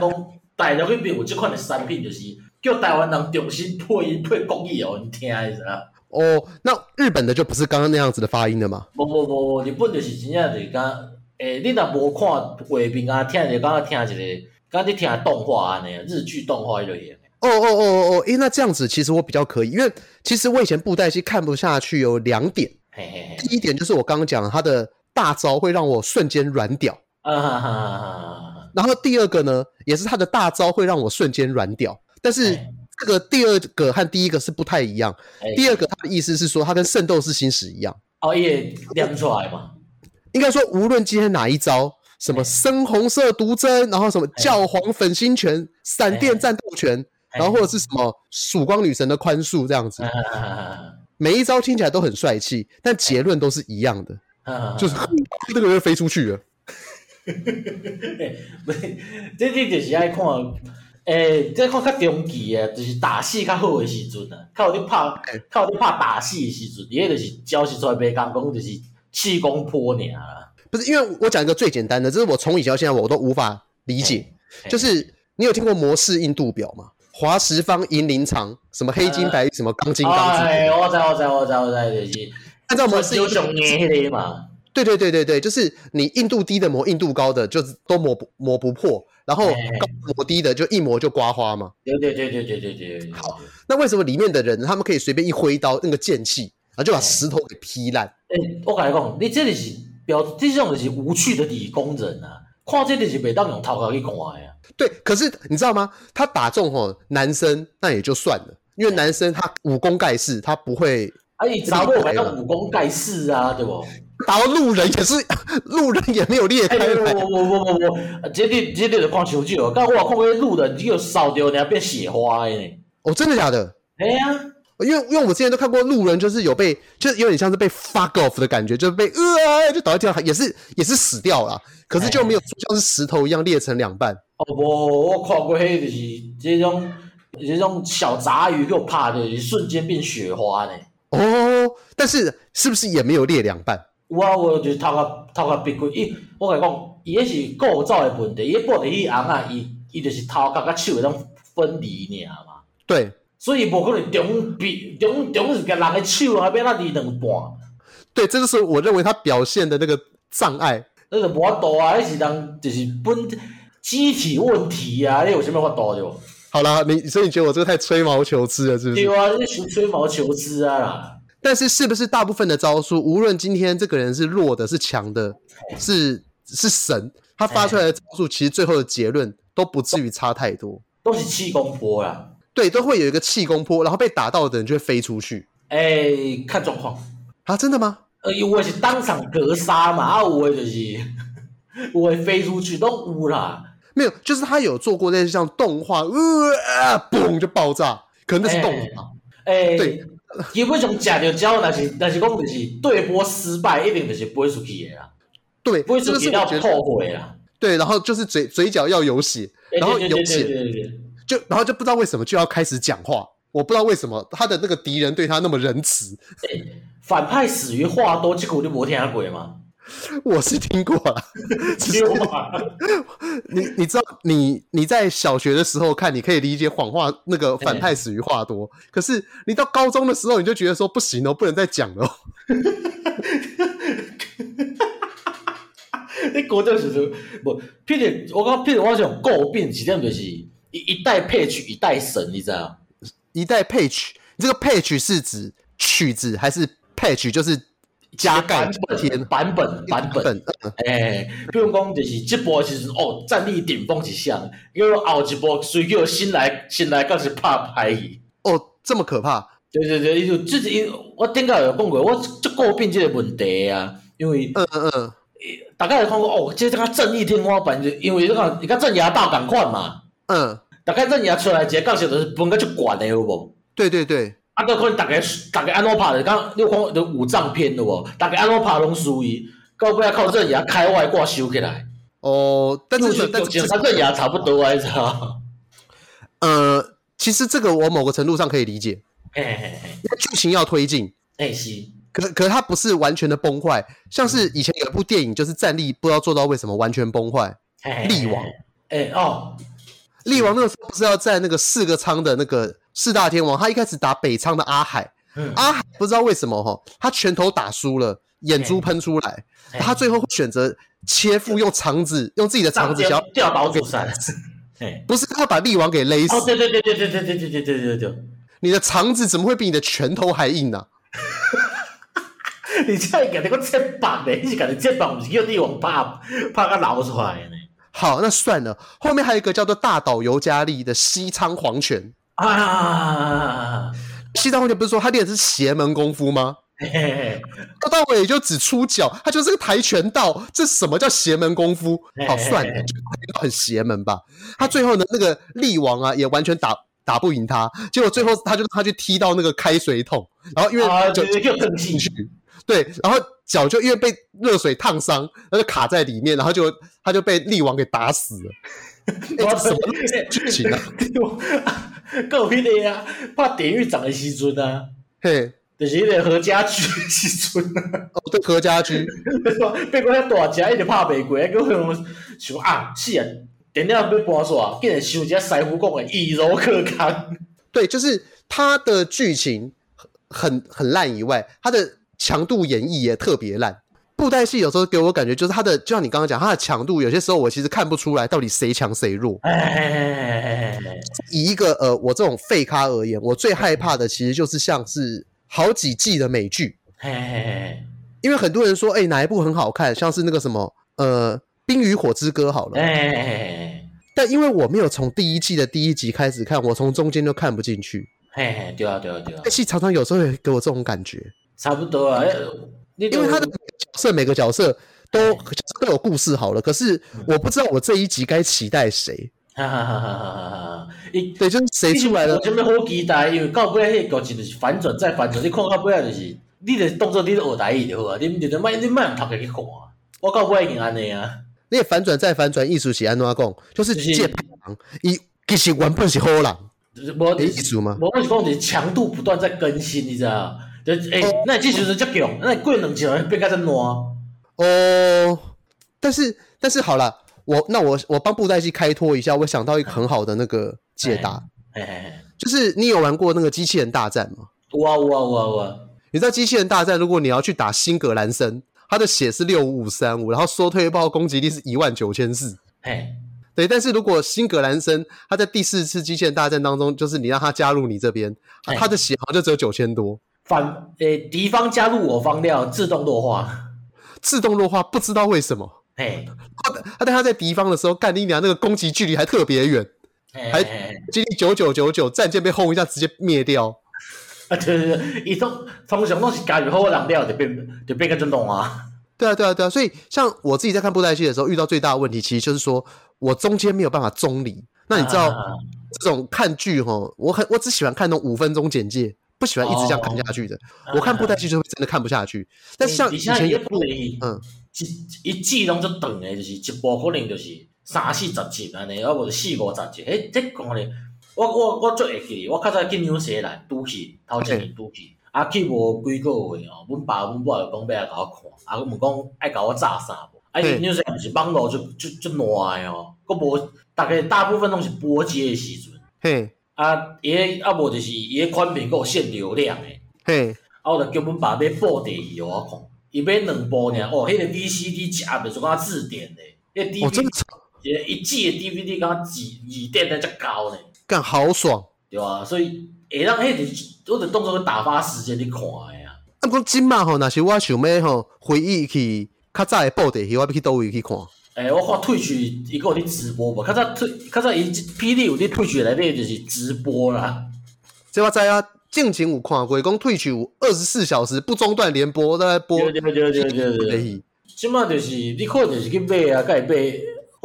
[SPEAKER 2] 大陆迄边有即款的产品，就是叫台湾人重新配音配国语互因听的，是啊。
[SPEAKER 1] 哦，那日本的就不是刚刚那样子的发音了嘛？
[SPEAKER 2] 无无无无，日本就是真正就是讲，诶、你若无看画面啊，听就敢听一个，敢你听动画安尼，日剧动画迄类型的。
[SPEAKER 1] 哦哦哦哦哦，诶，那这样子其实我比较可以，因为其实我以前布袋戏看不下去有两点，
[SPEAKER 2] 嘿嘿嘿，
[SPEAKER 1] 第一点就是我刚刚讲的他的大招会让我瞬间软屌，
[SPEAKER 2] 啊哈哈哈哈哈哈，
[SPEAKER 1] 然后第二个呢，也是他的大招会让我瞬间软屌，但是
[SPEAKER 2] 哎
[SPEAKER 1] 这个第二个和第一个是不太一样。
[SPEAKER 2] 哎
[SPEAKER 1] 第二个它的意思是说，它跟圣斗士星矢一样，
[SPEAKER 2] 哦，伊会念出来嘛？
[SPEAKER 1] 应该说无论今天哪一招，什么
[SPEAKER 2] 哎
[SPEAKER 1] 深红色毒针，然后什么教皇粉心拳、闪电战斗拳，
[SPEAKER 2] 哎
[SPEAKER 1] 然后或者是什么曙光女神的宽恕这样
[SPEAKER 2] 啊
[SPEAKER 1] 子，每一招听起来都很帅气，但结论都是一样的，
[SPEAKER 2] 哎
[SPEAKER 1] 就是 这个人飞出去了。
[SPEAKER 2] 这你就是爱看，诶、这看较中期诶，就是打戏较好诶时阵啊，较有咧
[SPEAKER 1] 嘿
[SPEAKER 2] 拍，较有咧拍打戏诶时阵，伊迄就是招式出来袂讲讲，就是气功波尔啦。
[SPEAKER 1] 不是，因为我讲一个最简单的，这是我从以前到现在我都无法理解，
[SPEAKER 2] 嘿
[SPEAKER 1] 就是你有听过模式印度表吗？华石方银林长，什么黑金白
[SPEAKER 2] 呃
[SPEAKER 1] 玉，什么钢筋钢
[SPEAKER 2] 哎、
[SPEAKER 1] 筋，
[SPEAKER 2] 我知我知我知我知，就是
[SPEAKER 1] 按照模式
[SPEAKER 2] 就上硬迄个嘛。
[SPEAKER 1] 对对对对对，就是你硬度低的磨硬度高的，就是都磨不磨不破，然后
[SPEAKER 2] 哎
[SPEAKER 1] 高磨低的就一磨就刮花嘛。
[SPEAKER 2] 对对对对对对对对。好，
[SPEAKER 1] 那为什么里面的人他们可以随便一挥刀，那个剑气，然后就把
[SPEAKER 2] 哎
[SPEAKER 1] 石头给劈烂？
[SPEAKER 2] 诶、我甲你讲，你这就是标，这种就是无趣的理工人啊，看这就是袂当用头壳去看诶啊。
[SPEAKER 1] 对，可是你知道吗？他打中吼男生那也就算了，因为男生他武功盖世，他不会
[SPEAKER 2] 啊，伊查某袂当武功盖世啊，对无？
[SPEAKER 1] 打到路人也是 路人也没有裂
[SPEAKER 2] 哎
[SPEAKER 1] 开来。
[SPEAKER 2] 我我我我我，啊这你这你就看伤少，哦但我有看过那路人只有扫掉，然后变雪花的呢。
[SPEAKER 1] 哦，真的假的？
[SPEAKER 2] 哎呀，
[SPEAKER 1] 因为因为我之前都看过路人，就是有被，就是有点像是被 fuck off 的感觉，就是被呃就倒在地上，也是也是死掉了，可是就没有说像是石头一样裂成两半。
[SPEAKER 2] 哦无，我看过迄就是这种这种小杂鱼给我拍的，就是瞬间变雪花呢。
[SPEAKER 1] 哦，但是是不是也没有裂两半？
[SPEAKER 2] 有啊，我就是头壳头壳闭骨，伊我甲你讲，伊迄是构造的问题，伊布伫迄红啊，伊伊就是头壳甲手迄种分离尔嘛，
[SPEAKER 1] 对
[SPEAKER 2] 所以无可能中比中中是甲人的手啊变哪离两半。
[SPEAKER 1] 对，这就是我认为他表现的那个障碍。
[SPEAKER 2] 那就无法度啊，迄是人就是本机体问题啊，你有啥物法度着？
[SPEAKER 1] 好啦，你所以你觉得我这个太吹毛求疵了，是不
[SPEAKER 2] 对
[SPEAKER 1] 是？
[SPEAKER 2] 啊，你是吹毛求疵啊啦。
[SPEAKER 1] 但是是不是大部分的招数，无论今天这个人是弱的、是强的、是是神，他发出来的招数，其实最后的结论都不至于差太多。
[SPEAKER 2] 都是气功波啦。
[SPEAKER 1] 对，都会有一个气功波，然后被打到的人就会飞出去
[SPEAKER 2] 诶、看状况，
[SPEAKER 1] 啊！真的吗？
[SPEAKER 2] 呃，有诶是当场格杀嘛，啊，有诶就是 有诶飞出去都有啦。
[SPEAKER 1] 没有，就是他有做过类似像动画，呃啊，嘣就爆炸，可能那是动画。
[SPEAKER 2] 诶、
[SPEAKER 1] 对
[SPEAKER 2] 基本上食着鸟，但是但是讲就是对波失败，一定就是飞出去诶啦，
[SPEAKER 1] 对，
[SPEAKER 2] 飞
[SPEAKER 1] 这
[SPEAKER 2] 出
[SPEAKER 1] 个
[SPEAKER 2] 去
[SPEAKER 1] 是
[SPEAKER 2] 要
[SPEAKER 1] 我觉得
[SPEAKER 2] 后悔啦。
[SPEAKER 1] 对，然后就是嘴嘴角要有血，
[SPEAKER 2] 诶
[SPEAKER 1] 然后
[SPEAKER 2] 对对
[SPEAKER 1] 有
[SPEAKER 2] 对
[SPEAKER 1] 血
[SPEAKER 2] 对对对，
[SPEAKER 1] 就然后就不知道为什么就要开始讲话，我不知道为什么他的那个敌人对他那么仁慈，
[SPEAKER 2] 反派死于话多，这句你无听过吗？
[SPEAKER 1] 我是听过了。 只是
[SPEAKER 2] 对吧
[SPEAKER 1] 你你知道，你你在小学的时候看，你可以理解谎话那个
[SPEAKER 2] 嗯
[SPEAKER 1] 反派死于话多，可是你到高中的时候，你就觉得说不行哦，不能再讲了哦。
[SPEAKER 2] 你高中时阵，无，譬如我讲，譬如我想诟病一点就是，一一代配曲，一代神，你知道吗？
[SPEAKER 1] 一代 patch，你这个 patch 是指曲子还是 patch 就是加盖
[SPEAKER 2] 版
[SPEAKER 1] 加
[SPEAKER 2] 本
[SPEAKER 1] 添
[SPEAKER 2] 版本版本，
[SPEAKER 1] 本？嗯
[SPEAKER 2] 诶、比如讲就是这波的时阵哦，战力顶峰一项，因为后一波随叫新来新来，更是拍拍伊。
[SPEAKER 1] 哦，这么可怕？
[SPEAKER 2] 对对对，伊就就是因，我顶下有讲过，我就诟病这个问题啊，因为
[SPEAKER 1] 嗯嗯嗯，
[SPEAKER 2] 大家有看过哦，这个正义天花板，就因为这个你看正义大同款嘛，
[SPEAKER 1] 嗯，
[SPEAKER 2] 大概正义出来一个角色就是分个足悬的有无？
[SPEAKER 1] 对对对，
[SPEAKER 2] 啊，个可能逐个逐个安怎拍的，讲你有看就五藏片的无，逐个安怎拍拢输伊，到尾啊靠这也开外挂收起来，
[SPEAKER 1] 哦，但
[SPEAKER 2] 就是是
[SPEAKER 1] 但
[SPEAKER 2] 就是警察这也差不多啊，你知道吗？
[SPEAKER 1] 呃，其实这个我某个程度上可以理解，
[SPEAKER 2] 嘿嘿嘿，
[SPEAKER 1] 因为剧情要推进。
[SPEAKER 2] 嘿是，
[SPEAKER 1] 可是可是它不是完全的崩坏，像
[SPEAKER 2] 嗯
[SPEAKER 1] 是以前有一部电影，就是战力不知道做到为什么完全崩坏。
[SPEAKER 2] 嘿嘿
[SPEAKER 1] 力王，
[SPEAKER 2] 哎哦，
[SPEAKER 1] 力王那个时候不是要在那个四个仓的那个四大天王，他一开始打北仓的阿海，
[SPEAKER 2] 嗯
[SPEAKER 1] 阿海不知道为什么哈，他拳头打输了，眼珠喷出来，
[SPEAKER 2] 嘿
[SPEAKER 1] 他最后会选择切腹，用肠子，用自己的肠子想要，
[SPEAKER 2] 掉岛主 山，嘿，
[SPEAKER 1] 不是他要把力王给勒死，
[SPEAKER 2] 哦对对对对对对对对对对对对。
[SPEAKER 1] 你的肠子怎么会比你的拳头还硬呢、
[SPEAKER 2] 而且伊家己个切棒咧，伊是家己切棒，毋是叫你用拍拍甲流出来的呢。
[SPEAKER 1] 好，那算了，后面还有一个叫做大岛由加利的西仓皇拳，
[SPEAKER 2] 啊，
[SPEAKER 1] 西藏红姐不是说她练的是邪门功夫吗？
[SPEAKER 2] 嘿嘿
[SPEAKER 1] 到到尾也就只出脚，他就是个跆拳道，这什么叫邪门功夫？好算了，
[SPEAKER 2] 嘿嘿嘿
[SPEAKER 1] 就跆拳道很邪门吧。他最后呢，那个力王啊，也完全打打不赢他，结果最后他就他去踢到那个开水桶，然后因
[SPEAKER 2] 嘿，啊，
[SPEAKER 1] 为
[SPEAKER 2] 就
[SPEAKER 1] 就是
[SPEAKER 2] 叫更
[SPEAKER 1] 进
[SPEAKER 2] 兴
[SPEAKER 1] 去
[SPEAKER 2] 趣，，
[SPEAKER 1] 对，然后脚就因为被热水烫伤，他就卡在里面，然后就他就被力王给打死 了。哎、这什么剧情啊？
[SPEAKER 2] 够迄个啊，拍典狱长的时阵啊，
[SPEAKER 1] 嘿，
[SPEAKER 2] 就是迄个何家驹的时阵啊，
[SPEAKER 1] 哦，对，何家驹，
[SPEAKER 2] 被我遐大只一直拍袂过，还叫向想啊，是啊，电影要搬煞，竟然想一只师傅讲的以柔克刚，
[SPEAKER 1] 对，就是他的剧情很很烂以外，他的强度演绎也特别烂。布袋戏有时候给我感觉就是他的，就像你刚刚讲，他的强度有些时候我其实看不出来到底谁强谁弱。
[SPEAKER 2] 哎，
[SPEAKER 1] 以一个呃我这种废咖而言，我最害怕的其实就是像是好几季的美剧，
[SPEAKER 2] 嘿，
[SPEAKER 1] 因为很多人说哎、哪一部很好看，像是那个什么呃《冰与火之歌》好了，
[SPEAKER 2] 哎，
[SPEAKER 1] 但因为我没有从第一季的第一集开始看，我从中间就看不进去。
[SPEAKER 2] 嘿，对啊，对啊，对啊
[SPEAKER 1] 这，戏常常有时候也给我这种感觉。
[SPEAKER 2] 差不多啊，因
[SPEAKER 1] 因为他的每个角色每个角色都角色都有故事好了，可是我不知道我这一集该期待谁。
[SPEAKER 2] 哈哈哈哈哈哈！伊
[SPEAKER 1] 对，就是谁出来了
[SPEAKER 2] 有，啥物好期待？因为到尾迄个剧情就是反转再反转，你看到尾仔就是，你就是当做你咧学台语就好啊，你毋就莫你莫读个去看啊。我到尾已经安尼啊，
[SPEAKER 1] 那反转再反转，艺术喜安诺贡就是
[SPEAKER 2] 就是
[SPEAKER 1] 借派郎，一其实原本是好人，
[SPEAKER 2] 就是无
[SPEAKER 1] 诶，艺术吗？
[SPEAKER 2] 无我是讲就是强度不断在更新，你知道？就是诶，那即时阵遮强，那过两集变甲遮烂。
[SPEAKER 1] 哦，但是但是好了，我那我我帮布袋戏开脱一下，我想到一个很好的那个解答，
[SPEAKER 2] 嘿嘿嘿，
[SPEAKER 1] 就是你有玩过那个机器人大战吗？
[SPEAKER 2] 有啊有啊有啊有啊！
[SPEAKER 1] 你知道机器人大战，如果你要去打新格兰森，他的血是六五五三五，然后缩退爆攻击力是一万九千四。
[SPEAKER 2] 嘿，
[SPEAKER 1] 对，但是如果辛格兰森他在第四次机器人大战当中，就是你让他加入你这边，
[SPEAKER 2] 哎
[SPEAKER 1] 他的血好像就只有九千多，
[SPEAKER 2] 反诶，敌方加入我方料，自动弱化。
[SPEAKER 1] 自动弱化，不知道为什么。
[SPEAKER 2] 嘿，
[SPEAKER 1] 他他但他在敌方的时候，干你娘那个攻击距离还特别远，
[SPEAKER 2] 嘿
[SPEAKER 1] 还
[SPEAKER 2] 嘿嘿
[SPEAKER 1] 经历九九九九，战舰被轰一下直接灭掉。
[SPEAKER 2] 啊，对对对，伊通通常拢是加入好人了，就变就变个真懂啊。
[SPEAKER 1] 对啊，对啊，对啊。所以像我自己在看布袋戏的时候，遇到最大的问题，其实就是说我中间没有办法中离。那你知道、
[SPEAKER 2] 啊
[SPEAKER 1] 这种看剧哈，我很我只喜欢看那种五分钟简介，不喜欢一直这样看下去的。我看布袋戏就会真的看不下去。但是像以
[SPEAKER 2] 以
[SPEAKER 1] 前
[SPEAKER 2] 前
[SPEAKER 1] 有
[SPEAKER 2] 一部，一
[SPEAKER 1] 嗯，
[SPEAKER 2] 一季拢足长诶，就是一部可能就是三四十集安尼，啊无就四五十集。迄这讲咧，我我我最会记，我较早去纽西兰拄去，头一年拄去，啊去无几个月哦，阮爸阮母就讲要来甲我看，啊阮问讲爱甲我炸啥无？啊
[SPEAKER 1] 嘿
[SPEAKER 2] 因纽西兰是网络就就就烂诶哦，佮无大概大部分拢是播接诶时阵。
[SPEAKER 1] 嘿
[SPEAKER 2] 啊，伊迄啊无就是伊迄款片佫有限流量诶，
[SPEAKER 1] 嘿，
[SPEAKER 2] 啊我就叫阮爸买布袋戏互我看，伊买两部尔，哦，迄、个 VCD 一盒就是敢字典诶，迄
[SPEAKER 1] 我哦真的
[SPEAKER 2] DVD
[SPEAKER 1] 超
[SPEAKER 2] 一个一季诶 DVD 敢字字典诶遮厚呢，
[SPEAKER 1] 干好爽。
[SPEAKER 2] 对啊，所以会当迄就是我就当做打发时间咧看诶啊，
[SPEAKER 1] 啊，不过今嘛吼，若是我想要吼回忆去较早的布袋戏，我要去倒位去看。
[SPEAKER 2] 诶、我看退去伊佫有咧直播无，较早退较早伊 PD 有咧退去内底就是直播啦，
[SPEAKER 1] 这我知啊，近前有看过，讲退取有二十四小时不中断连播，都在播
[SPEAKER 2] 对对对对对
[SPEAKER 1] 布袋
[SPEAKER 2] 对，
[SPEAKER 1] 戏。
[SPEAKER 2] 即满就是你可能就是去买啊，甲会买，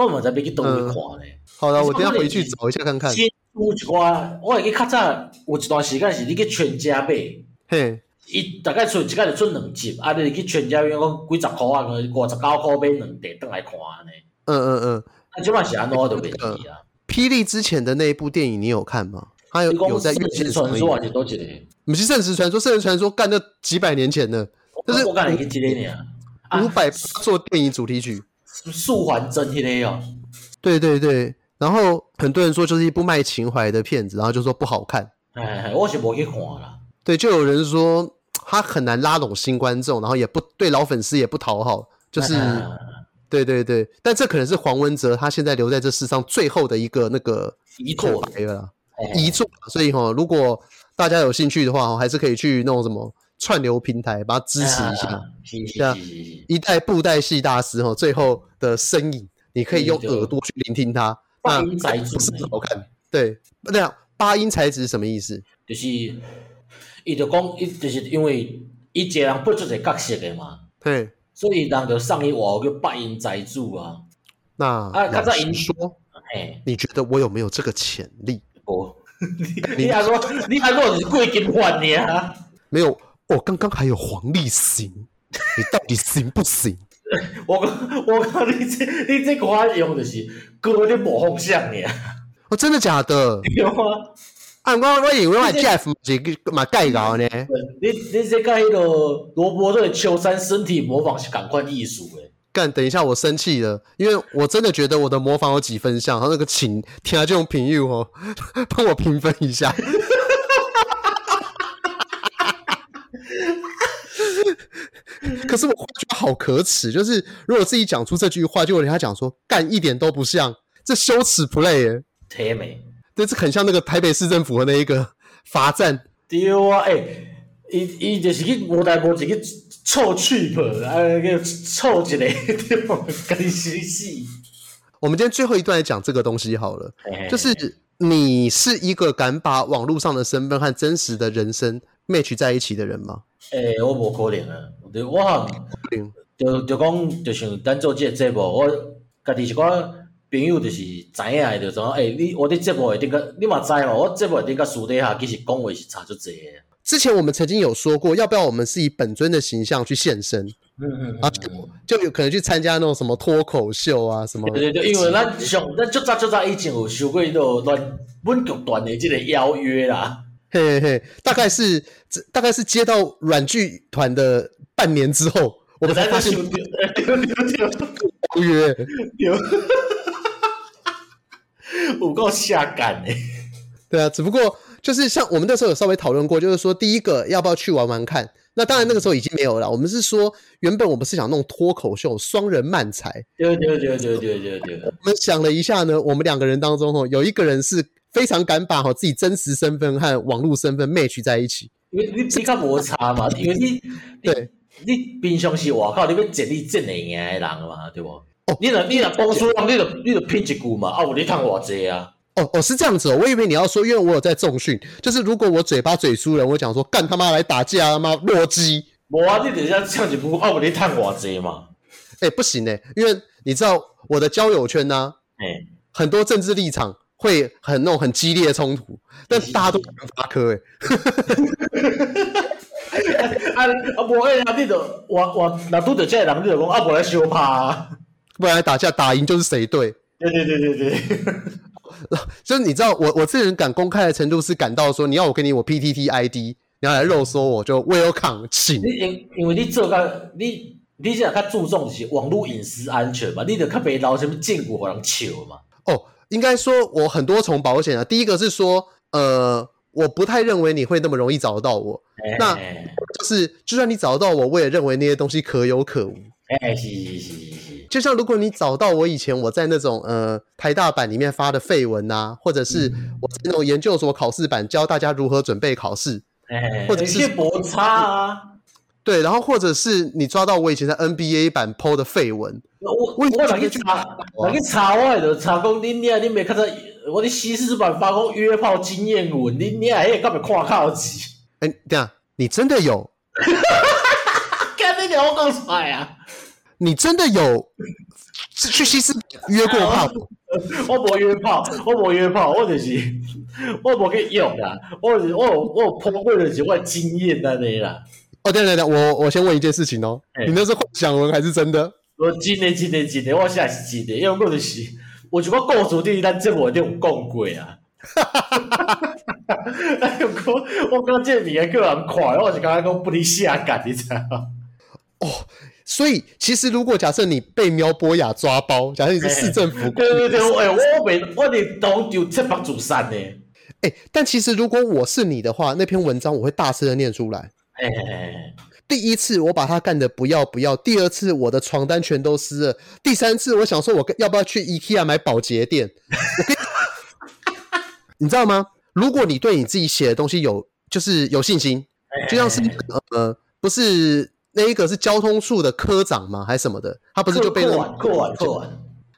[SPEAKER 2] 我嘛知要去倒位看咧。
[SPEAKER 1] 好了，我等一下回去找一下看看。
[SPEAKER 2] 新有一寡，我会记较早有一段时间是你去全家买，
[SPEAKER 1] 嘿，
[SPEAKER 2] 伊大概出一届就出两集，啊，你去全家买讲几十箍啊，五十九箍买两袋倒来看安尼。
[SPEAKER 1] 嗯嗯嗯，
[SPEAKER 2] 啊，即摆是安怎我都袂记啊。
[SPEAKER 1] 霹雳之前的那一部电影你有看吗？它有
[SPEAKER 2] 你
[SPEAKER 1] 有
[SPEAKER 2] 讲
[SPEAKER 1] 在
[SPEAKER 2] 圣
[SPEAKER 1] 院线
[SPEAKER 2] 职
[SPEAKER 1] 上
[SPEAKER 2] 传
[SPEAKER 1] 映
[SPEAKER 2] 说
[SPEAKER 1] 吗。
[SPEAKER 2] 还是倒一个？
[SPEAKER 1] 不是圣石传说，圣石传说干了几百年前了，
[SPEAKER 2] 我
[SPEAKER 1] 就是
[SPEAKER 2] 我敢会记即个尔。
[SPEAKER 1] 五
[SPEAKER 2] 啊，
[SPEAKER 1] 百做电影主题曲。
[SPEAKER 2] 素还真迄个哦。
[SPEAKER 1] 对对对，然后很多人说就是一部卖情怀的片子，然后就说不好看。
[SPEAKER 2] 哎，我是无去看啦。
[SPEAKER 1] 对，就有人说他很难拉拢新观众，然后也不对老粉丝也不讨好，就是
[SPEAKER 2] 啊
[SPEAKER 1] 对对对。但这可能是黄文哲他现在留在这世上最后的一个那个
[SPEAKER 2] 遗
[SPEAKER 1] 空
[SPEAKER 2] 作，
[SPEAKER 1] 白了啦，
[SPEAKER 2] 哎
[SPEAKER 1] 遗作。啊所以哈、如果大家有兴趣的话、哦，还是可以去那种什么串流平台把它支持一下。
[SPEAKER 2] 啊是是
[SPEAKER 1] 对啊
[SPEAKER 2] 是是是。
[SPEAKER 1] 一代布袋戏大师哦，最后的身影，你可以用
[SPEAKER 2] 嗯对
[SPEAKER 1] 耳朵去聆听他。那
[SPEAKER 2] 放音宅主
[SPEAKER 1] 不是
[SPEAKER 2] 呢
[SPEAKER 1] 不好看，对，那样八音材质什么意思？
[SPEAKER 2] 就是伊就讲，伊就是因为伊一个人不做一个角色诶嘛，
[SPEAKER 1] 嘿，
[SPEAKER 2] 所以人就送伊外号叫八音宅主啊。
[SPEAKER 1] 那
[SPEAKER 2] 啊
[SPEAKER 1] 老
[SPEAKER 2] 刚才
[SPEAKER 1] 实
[SPEAKER 2] 您
[SPEAKER 1] 说，
[SPEAKER 2] 嘿，
[SPEAKER 1] 你觉得我有没有这个潜力？
[SPEAKER 2] 无， 你还说你还说是贵金啊换尔？
[SPEAKER 1] 没有，我刚刚还有黄立行，你到底行不行？
[SPEAKER 2] 我讲我讲你这你这款用就是哥你无方向尔，
[SPEAKER 1] 哦，真的假的？
[SPEAKER 2] 对啊。
[SPEAKER 1] 啊，我我以为我 Jeff 是嘛盖搞呢？
[SPEAKER 2] 你你这甲迄个罗伯特秋山身体模仿是共款艺术诶。
[SPEAKER 1] 干，等一下，我生气了，因为我真的觉得我的模仿有几分像，然后那个请听下这种评语哦， 帮我评分一下。 可是我会觉得好可耻，就是如果自己讲出这句话，就有人家讲说干一点都不像，这羞耻 play，耶
[SPEAKER 2] 体美。
[SPEAKER 1] 对，这很像那个台北市政府的那一个罚站，
[SPEAKER 2] 对啊，诶、伊伊就是去无代无志去凑 cheap，啊，叫凑一个，对吧？干死死。
[SPEAKER 1] 我们今天最后一段来讲这个东西好了，
[SPEAKER 2] 嘿嘿
[SPEAKER 1] 就是你是一个敢把网络上的身份和真实的人生 match 在一起的人吗？
[SPEAKER 2] 诶、我无可能啊，对，我含
[SPEAKER 1] 嗯
[SPEAKER 2] 就就讲，就像咱做即个节目，我家己一寡朋友就是知影诶，就讲，诶、你我伫节目会顶个，你嘛知嘛，我节目会顶个私底下其实讲话是差足济诶。
[SPEAKER 1] 之前我们曾经有说过，要不要我们是以本尊的形象去现身，
[SPEAKER 2] 嗯嗯
[SPEAKER 1] 啊，就就有可能去参加那种什么脱口秀啊什么。
[SPEAKER 2] 对对对，因为咱上咱足早足早以前有收过迄落阮阮剧团诶即个邀约啦，
[SPEAKER 1] 嘿嘿嘿，大概是这大概是接到软剧团的半年之后，我们才发 现
[SPEAKER 2] 收着，对对对对。
[SPEAKER 1] 邀约。
[SPEAKER 2] 有，有够下感欸诶、
[SPEAKER 1] 对啊，只不过就是像我们那时候有稍微讨论过，就是说第一个要不要去玩玩看。那当然那个时候已经没有了，我们是说原本我们是想弄脱口秀双人漫才，
[SPEAKER 2] 对对对对对对对，
[SPEAKER 1] 我们想了一下呢，我们两个人当中哦，有一个人是非常敢把哦哈自己真实身份和网络身份 match 在一起，
[SPEAKER 2] 因为你你较无差嘛，因为你
[SPEAKER 1] 对
[SPEAKER 2] 你你平常时外口你要整你真会赢诶人嘛，对无？
[SPEAKER 1] 哦
[SPEAKER 2] 你若你若帮输人，你著你著拼一句嘛，啊，有你趁偌济啊？
[SPEAKER 1] 哦哦，是这样子哦，我以为你要说，因为我有在重训，就是如果我嘴巴嘴输人，我讲说干他妈来打架啊妈弱鸡，
[SPEAKER 2] 无啊，你直接唱一句，啊，有你趁偌济嘛？
[SPEAKER 1] 哎、不行哎、因为你知道我的交友圈呢、啊
[SPEAKER 2] 诶、
[SPEAKER 1] 很多政治立场会很那种很激烈的冲突，但大家都想发科哎、
[SPEAKER 2] 啊啊无诶啊，你著我我若拄着即个人，你著讲啊，无来相拍啊。
[SPEAKER 1] 不然打架打赢就是谁对。
[SPEAKER 2] 对对对对对，
[SPEAKER 1] 就是你知道我我这人敢公开的程度是敢到说你要我给你我 PTT ID，你要来肉搜我就 welcome 请
[SPEAKER 2] 你。因因为你做较你你这较注重的是网络隐私安全嘛，你就较袂留什么禁锢互人笑嘛。
[SPEAKER 1] 哦，应该说我很多重保险啊。第一个是说，呃，我不太认为你会那么容易找得到我，那
[SPEAKER 2] 哎、
[SPEAKER 1] 就是就算你找得到我，我也认为那些东西可有可无。
[SPEAKER 2] 哎是是是是是，
[SPEAKER 1] 就像如果你找到我以前我在那种呃台大版里面发的废文啊，或者是我在那种研究所考试版教大家如何准备考试，
[SPEAKER 2] 哎，
[SPEAKER 1] 或者是
[SPEAKER 2] 这无差啊。
[SPEAKER 1] 对，然后或者是你抓到我以前在 NBA 版 PO 的废文，
[SPEAKER 2] 我我
[SPEAKER 1] 我以前
[SPEAKER 2] 若去查，若去查我就查讲恁娘恁袂较早，我的西施版发讲约炮经验文，恁娘迄个敢袂看靠起？
[SPEAKER 1] 哎，等一下你真的有，
[SPEAKER 2] 干你娘我讲出来啊！
[SPEAKER 1] 你真的有 去西斯约过炮？
[SPEAKER 2] 我无约炮，我无约炮，我就是我无去用啦，我是我有我有碰过就是我的经验安尼啦。
[SPEAKER 1] 哦，等一下等一下，我我先问一件事情哦，
[SPEAKER 2] 哎
[SPEAKER 1] 你那是幻想文还是真的？
[SPEAKER 2] 我哦真诶真诶真诶，我现在是真诶，因为我就是有一个故事伫咱节目内底有讲过啊。 哎呦，我我讲这个物件叫人看，我是感觉讲不离下感，你知道吗？
[SPEAKER 1] 所以其实如果假设你被苗博雅抓包，假设你是市政府
[SPEAKER 2] 对对对，哎、我未我伫当场七八自杀呢。
[SPEAKER 1] 哎、但其实如果我是你的话，那篇文章我会大声的念出来。
[SPEAKER 2] 哎、欸，
[SPEAKER 1] 第一次我把他干的不要不要，第二次我的床单全都湿了，第三次我想说我跟要不要去 IKEA 买保洁垫，我跟 你知道吗？如果你对你自己写的东西有就是有信心，就像是呃不是那一个是交通处的科长吗？还是什么的？他不是就被那
[SPEAKER 2] 扣
[SPEAKER 1] 种
[SPEAKER 2] 完扣完扣完，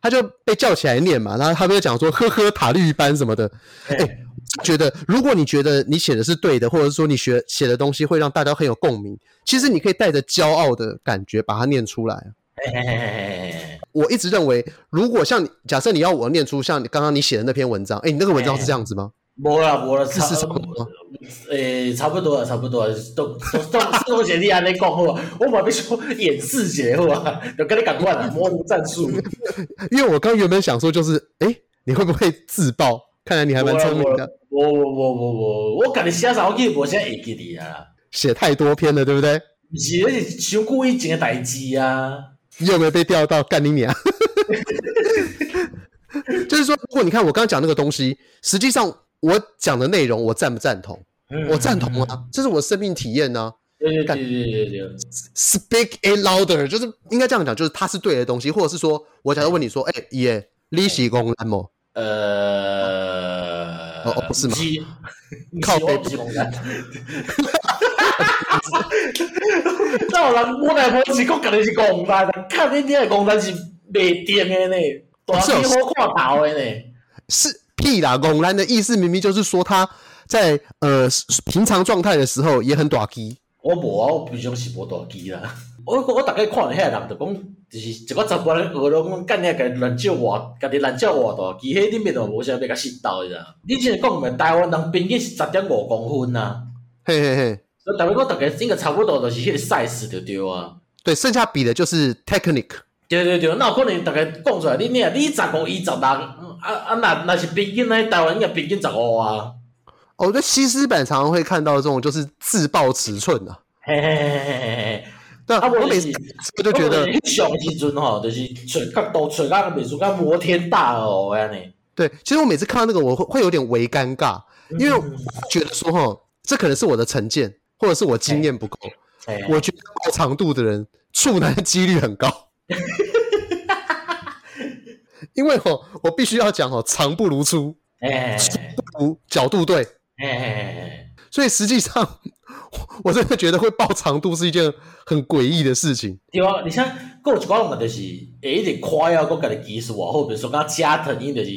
[SPEAKER 1] 他就被叫起来念嘛，然后他们就讲说呵呵塔绿班什么的。哎、
[SPEAKER 2] 哎
[SPEAKER 1] 觉得如果你觉得你写的是对的，或者说你学写的东西会让大家很有共鸣，其实你可以带着骄傲的感觉把它念出来。啊
[SPEAKER 2] 嘿嘿嘿嘿嘿
[SPEAKER 1] 我一直认为，如果像你假设你要我念出像你刚刚你写的那篇文章，哎、你那个文章是这样子吗？
[SPEAKER 2] 无啦无啦，差
[SPEAKER 1] 是什么吗
[SPEAKER 2] 诶、差不多啊，差不多啊，都都都是我姐你安尼讲好啊， 我嘛要说演示一下好啊， 就跟你讲惯啊，模糊战术。
[SPEAKER 1] 因为我刚原本想说就是，哎、你会不会自爆？看来你 还蛮聪明的，
[SPEAKER 2] 我我我我我我甲你写啥，我记无啥会记哩啊，
[SPEAKER 1] 写太多篇了，对不对？
[SPEAKER 2] 毋是那是伤久以前诶代志啊。
[SPEAKER 1] 你有没有被钓到？干你娘！ 就是说，如果你看我刚刚讲那个东西，实际上我讲的内容，我赞不赞同？ 我赞同
[SPEAKER 2] 啊。
[SPEAKER 1] 啊，这是我生命体验呢、
[SPEAKER 2] 嗯对对对对对对，
[SPEAKER 1] Speak it louder，就是应该这样讲，就是它是对的东西，或者是说我假如问你说，哎、耶，利息公哦安某，
[SPEAKER 2] 呃，
[SPEAKER 1] 哦哦不是吗
[SPEAKER 2] 不是
[SPEAKER 1] 靠
[SPEAKER 2] 我
[SPEAKER 1] 背
[SPEAKER 2] 不是讲咱。 那有人我来无是讲，肯定是戆蛋，看你这个戆蛋是袂定的呢，大
[SPEAKER 1] 是
[SPEAKER 2] 只
[SPEAKER 1] 哦
[SPEAKER 2] 好看头的呢。
[SPEAKER 1] 是屁啦！拱兰的意思明明就是说他在呃平常状态的时候也很短机，
[SPEAKER 2] 我无啊，我平常是无大机啦。我我逐个看到遐人就讲，就是一个十八咧学咯，讲干你啊家己乱照外，家己乱照外大机，迄里面就无啥要甲信道的啦。你真是讲毋是台湾人平均是十点五公分啊，
[SPEAKER 1] 嘿嘿嘿，
[SPEAKER 2] 所以逐个我逐个应该差不多就是迄个 size 就对啊。
[SPEAKER 1] 对，剩下比的就是 technique。
[SPEAKER 2] 对对对，那有可能逐个讲出来，你你你十五，伊十六，嗯啊啊若若是平均咱台湾应该平均十五啊。
[SPEAKER 1] 哦，我在西施版常常会看到这种就是自爆尺寸啊。
[SPEAKER 2] 嘿嘿嘿嘿嘿嘿。
[SPEAKER 1] 但
[SPEAKER 2] 啊我
[SPEAKER 1] 我每
[SPEAKER 2] 是哦
[SPEAKER 1] 次我就觉得，
[SPEAKER 2] 上时阵吼，就是找角度找到美术甲摩天大楼安尼。
[SPEAKER 1] 对，其实我每次看到那个我会会有点微尴尬，因为我
[SPEAKER 2] 嗯
[SPEAKER 1] 觉得说哈，这可能是我的成见，或者是我经验不够。
[SPEAKER 2] 哎
[SPEAKER 1] 我觉得高长度的人处男的几率很高。 因为吼，我必须要讲吼，长不如粗，
[SPEAKER 2] 哎
[SPEAKER 1] 不如角度对，
[SPEAKER 2] 哎哎，
[SPEAKER 1] 所以实际上，我我真的觉得会爆长度是一件很诡异的事情。
[SPEAKER 2] 对啊，而且佫有一寡人就是会一直夸耀讲家己技术偌啊好，比如说讲加藤因就是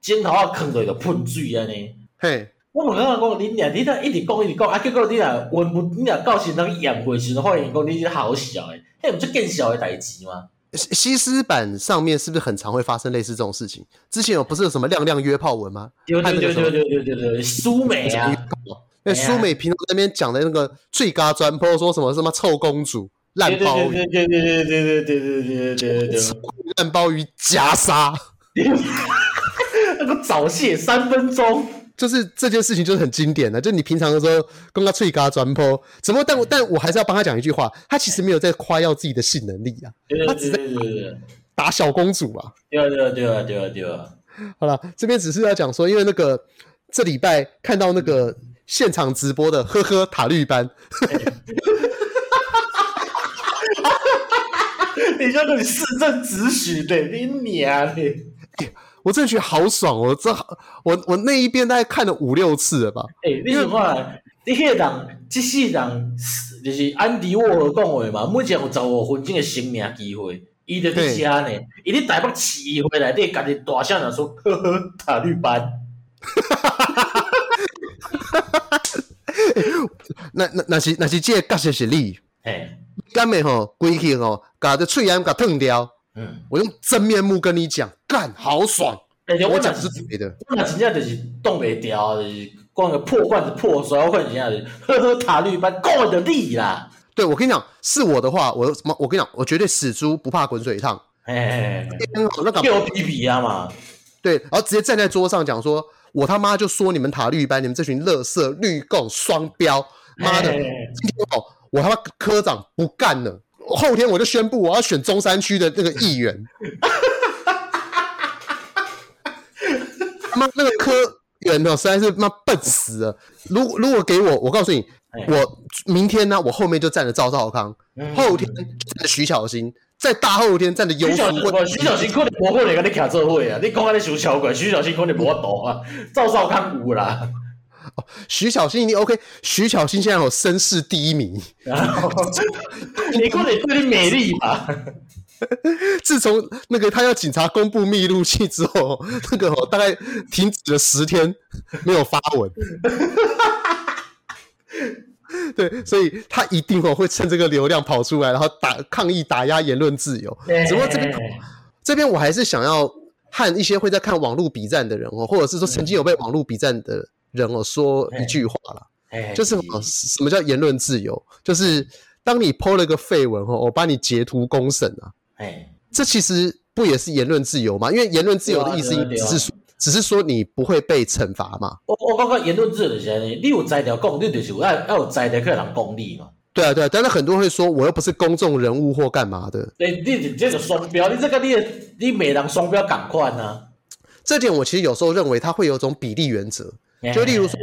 [SPEAKER 2] 镜头啊扛落就喷水安尼。
[SPEAKER 1] 嘿，
[SPEAKER 2] 我问讲讲你俩，你若一直讲一直讲，啊结果你若温不，你若到时人演过时，发现讲你是好笑诶，迄毋是更笑诶代志吗？
[SPEAKER 1] 西西施版上面是不是很常会发生类似这种事情？之前有不是有什么亮亮约炮文吗？
[SPEAKER 2] 对对对对对对对对，苏美啊，
[SPEAKER 1] 那
[SPEAKER 2] 哎呀
[SPEAKER 1] 苏美平常在那边讲的那个最嘎专坡说什么什么臭公主、烂
[SPEAKER 2] 对
[SPEAKER 1] 包
[SPEAKER 2] 对
[SPEAKER 1] 鱼、
[SPEAKER 2] 对对对对对对对对对对。
[SPEAKER 1] 烂包鱼夹杀，
[SPEAKER 2] 那个早泄三分钟，
[SPEAKER 1] 就是这件事情就是很经典的。就你平常的时候跟他最嘎专坡，怎么？
[SPEAKER 2] 嗯
[SPEAKER 1] 但我但我还是要帮他讲一句话，他其实没有在夸耀自己的性能力啊，
[SPEAKER 2] 对对
[SPEAKER 1] 他
[SPEAKER 2] 对
[SPEAKER 1] 只
[SPEAKER 2] 对对
[SPEAKER 1] 打小公主啊。
[SPEAKER 2] 对对对对对
[SPEAKER 1] 好了，这边只是要讲说，因为那个这礼拜看到那个现场直播的呵呵塔绿班，
[SPEAKER 2] 对，你这个市政直许的，你娘的！
[SPEAKER 1] 我真的觉得好爽哦！这好我我那一遍大概看了五六次了吧？
[SPEAKER 2] 哎，你想看啊，你迄人，即世人就是安迪沃荷讲话嘛，每一人有十五分钟的生命机会，伊就伫遮呢，伊伫台北市议会内底，家己大声地说，呵呵，塔绿班，
[SPEAKER 1] 那那那是那是这个实是你，
[SPEAKER 2] 嘿，
[SPEAKER 1] 干妹吼，规气吼，把这喙炎给烫掉，
[SPEAKER 2] 嗯，
[SPEAKER 1] 我用真面目跟你讲，干好爽！
[SPEAKER 2] 而且
[SPEAKER 1] 我
[SPEAKER 2] 我
[SPEAKER 1] 讲的
[SPEAKER 2] 讲是
[SPEAKER 1] 是。对的，
[SPEAKER 2] 我若真正就是挡袂牢，就是讲个破罐子破摔，我看真正就是呵呵塔绿班讲的你啦。
[SPEAKER 1] 对我跟你讲，是我的话，我我跟你讲，我绝对死猪不怕滚水烫，
[SPEAKER 2] 嘿，
[SPEAKER 1] 那个
[SPEAKER 2] 叫皮皮啊嘛，
[SPEAKER 1] 对，然后直接站在桌上讲说：“我他妈就说你们塔绿班，你们这群乐色绿共双标，妈的！
[SPEAKER 2] 嘿
[SPEAKER 1] 今天哦，我他妈科长不干了，后天我就宣布我要选中山区的那个议员。 他妈那个科员哦，实在是妈笨死了。如果如果给我，我告诉你，
[SPEAKER 2] 哎
[SPEAKER 1] 我明天呢，我后面就站着赵少康，
[SPEAKER 2] 嗯
[SPEAKER 1] 后天就站着徐小新，在大后天站着游
[SPEAKER 2] 徐小
[SPEAKER 1] 淑慧。
[SPEAKER 2] 新，我徐小新可能无可能甲你徛做伙啊！你讲安尼想超怪，徐小新可能无法度啊，赵少康有啦。
[SPEAKER 1] 徐小新一定 OK，徐小新现在有身世第一名，
[SPEAKER 2] 然后你可能对你美丽吧？
[SPEAKER 1] 自从那个他要警察公布密录器之后，那个、哦、大概停止了十天没有发文。 对，所以他一定哦会趁这个流量跑出来，然后打抗议打压言论自由。只不过这边这边我还是想要和一些会在看网络比战的人哦，或者是说曾经有被网络比战的人哦说一句话啦，
[SPEAKER 2] 哎
[SPEAKER 1] 就是哦什么叫言论自由？就是当你 PO 了个绯闻哦，我把你截图公审啊，
[SPEAKER 2] 哎，
[SPEAKER 1] 这其实不也是言论自由吗？因为言论自由的意思
[SPEAKER 2] 对啊对啊对啊
[SPEAKER 1] 只是说只是说你不会被惩罚嘛。
[SPEAKER 2] 我我感觉言论自由就是安尼，你有才调讲，你就是有要要有才调去给人讲你嘛。
[SPEAKER 1] 对啊，对啊，但是很多人会说，我又不是公众人物或干嘛的，
[SPEAKER 2] 你你这个双标，你这个你的你每人双标赶快啊！
[SPEAKER 1] 这点我其实有时候认为它会有一种比例原则，就例如说，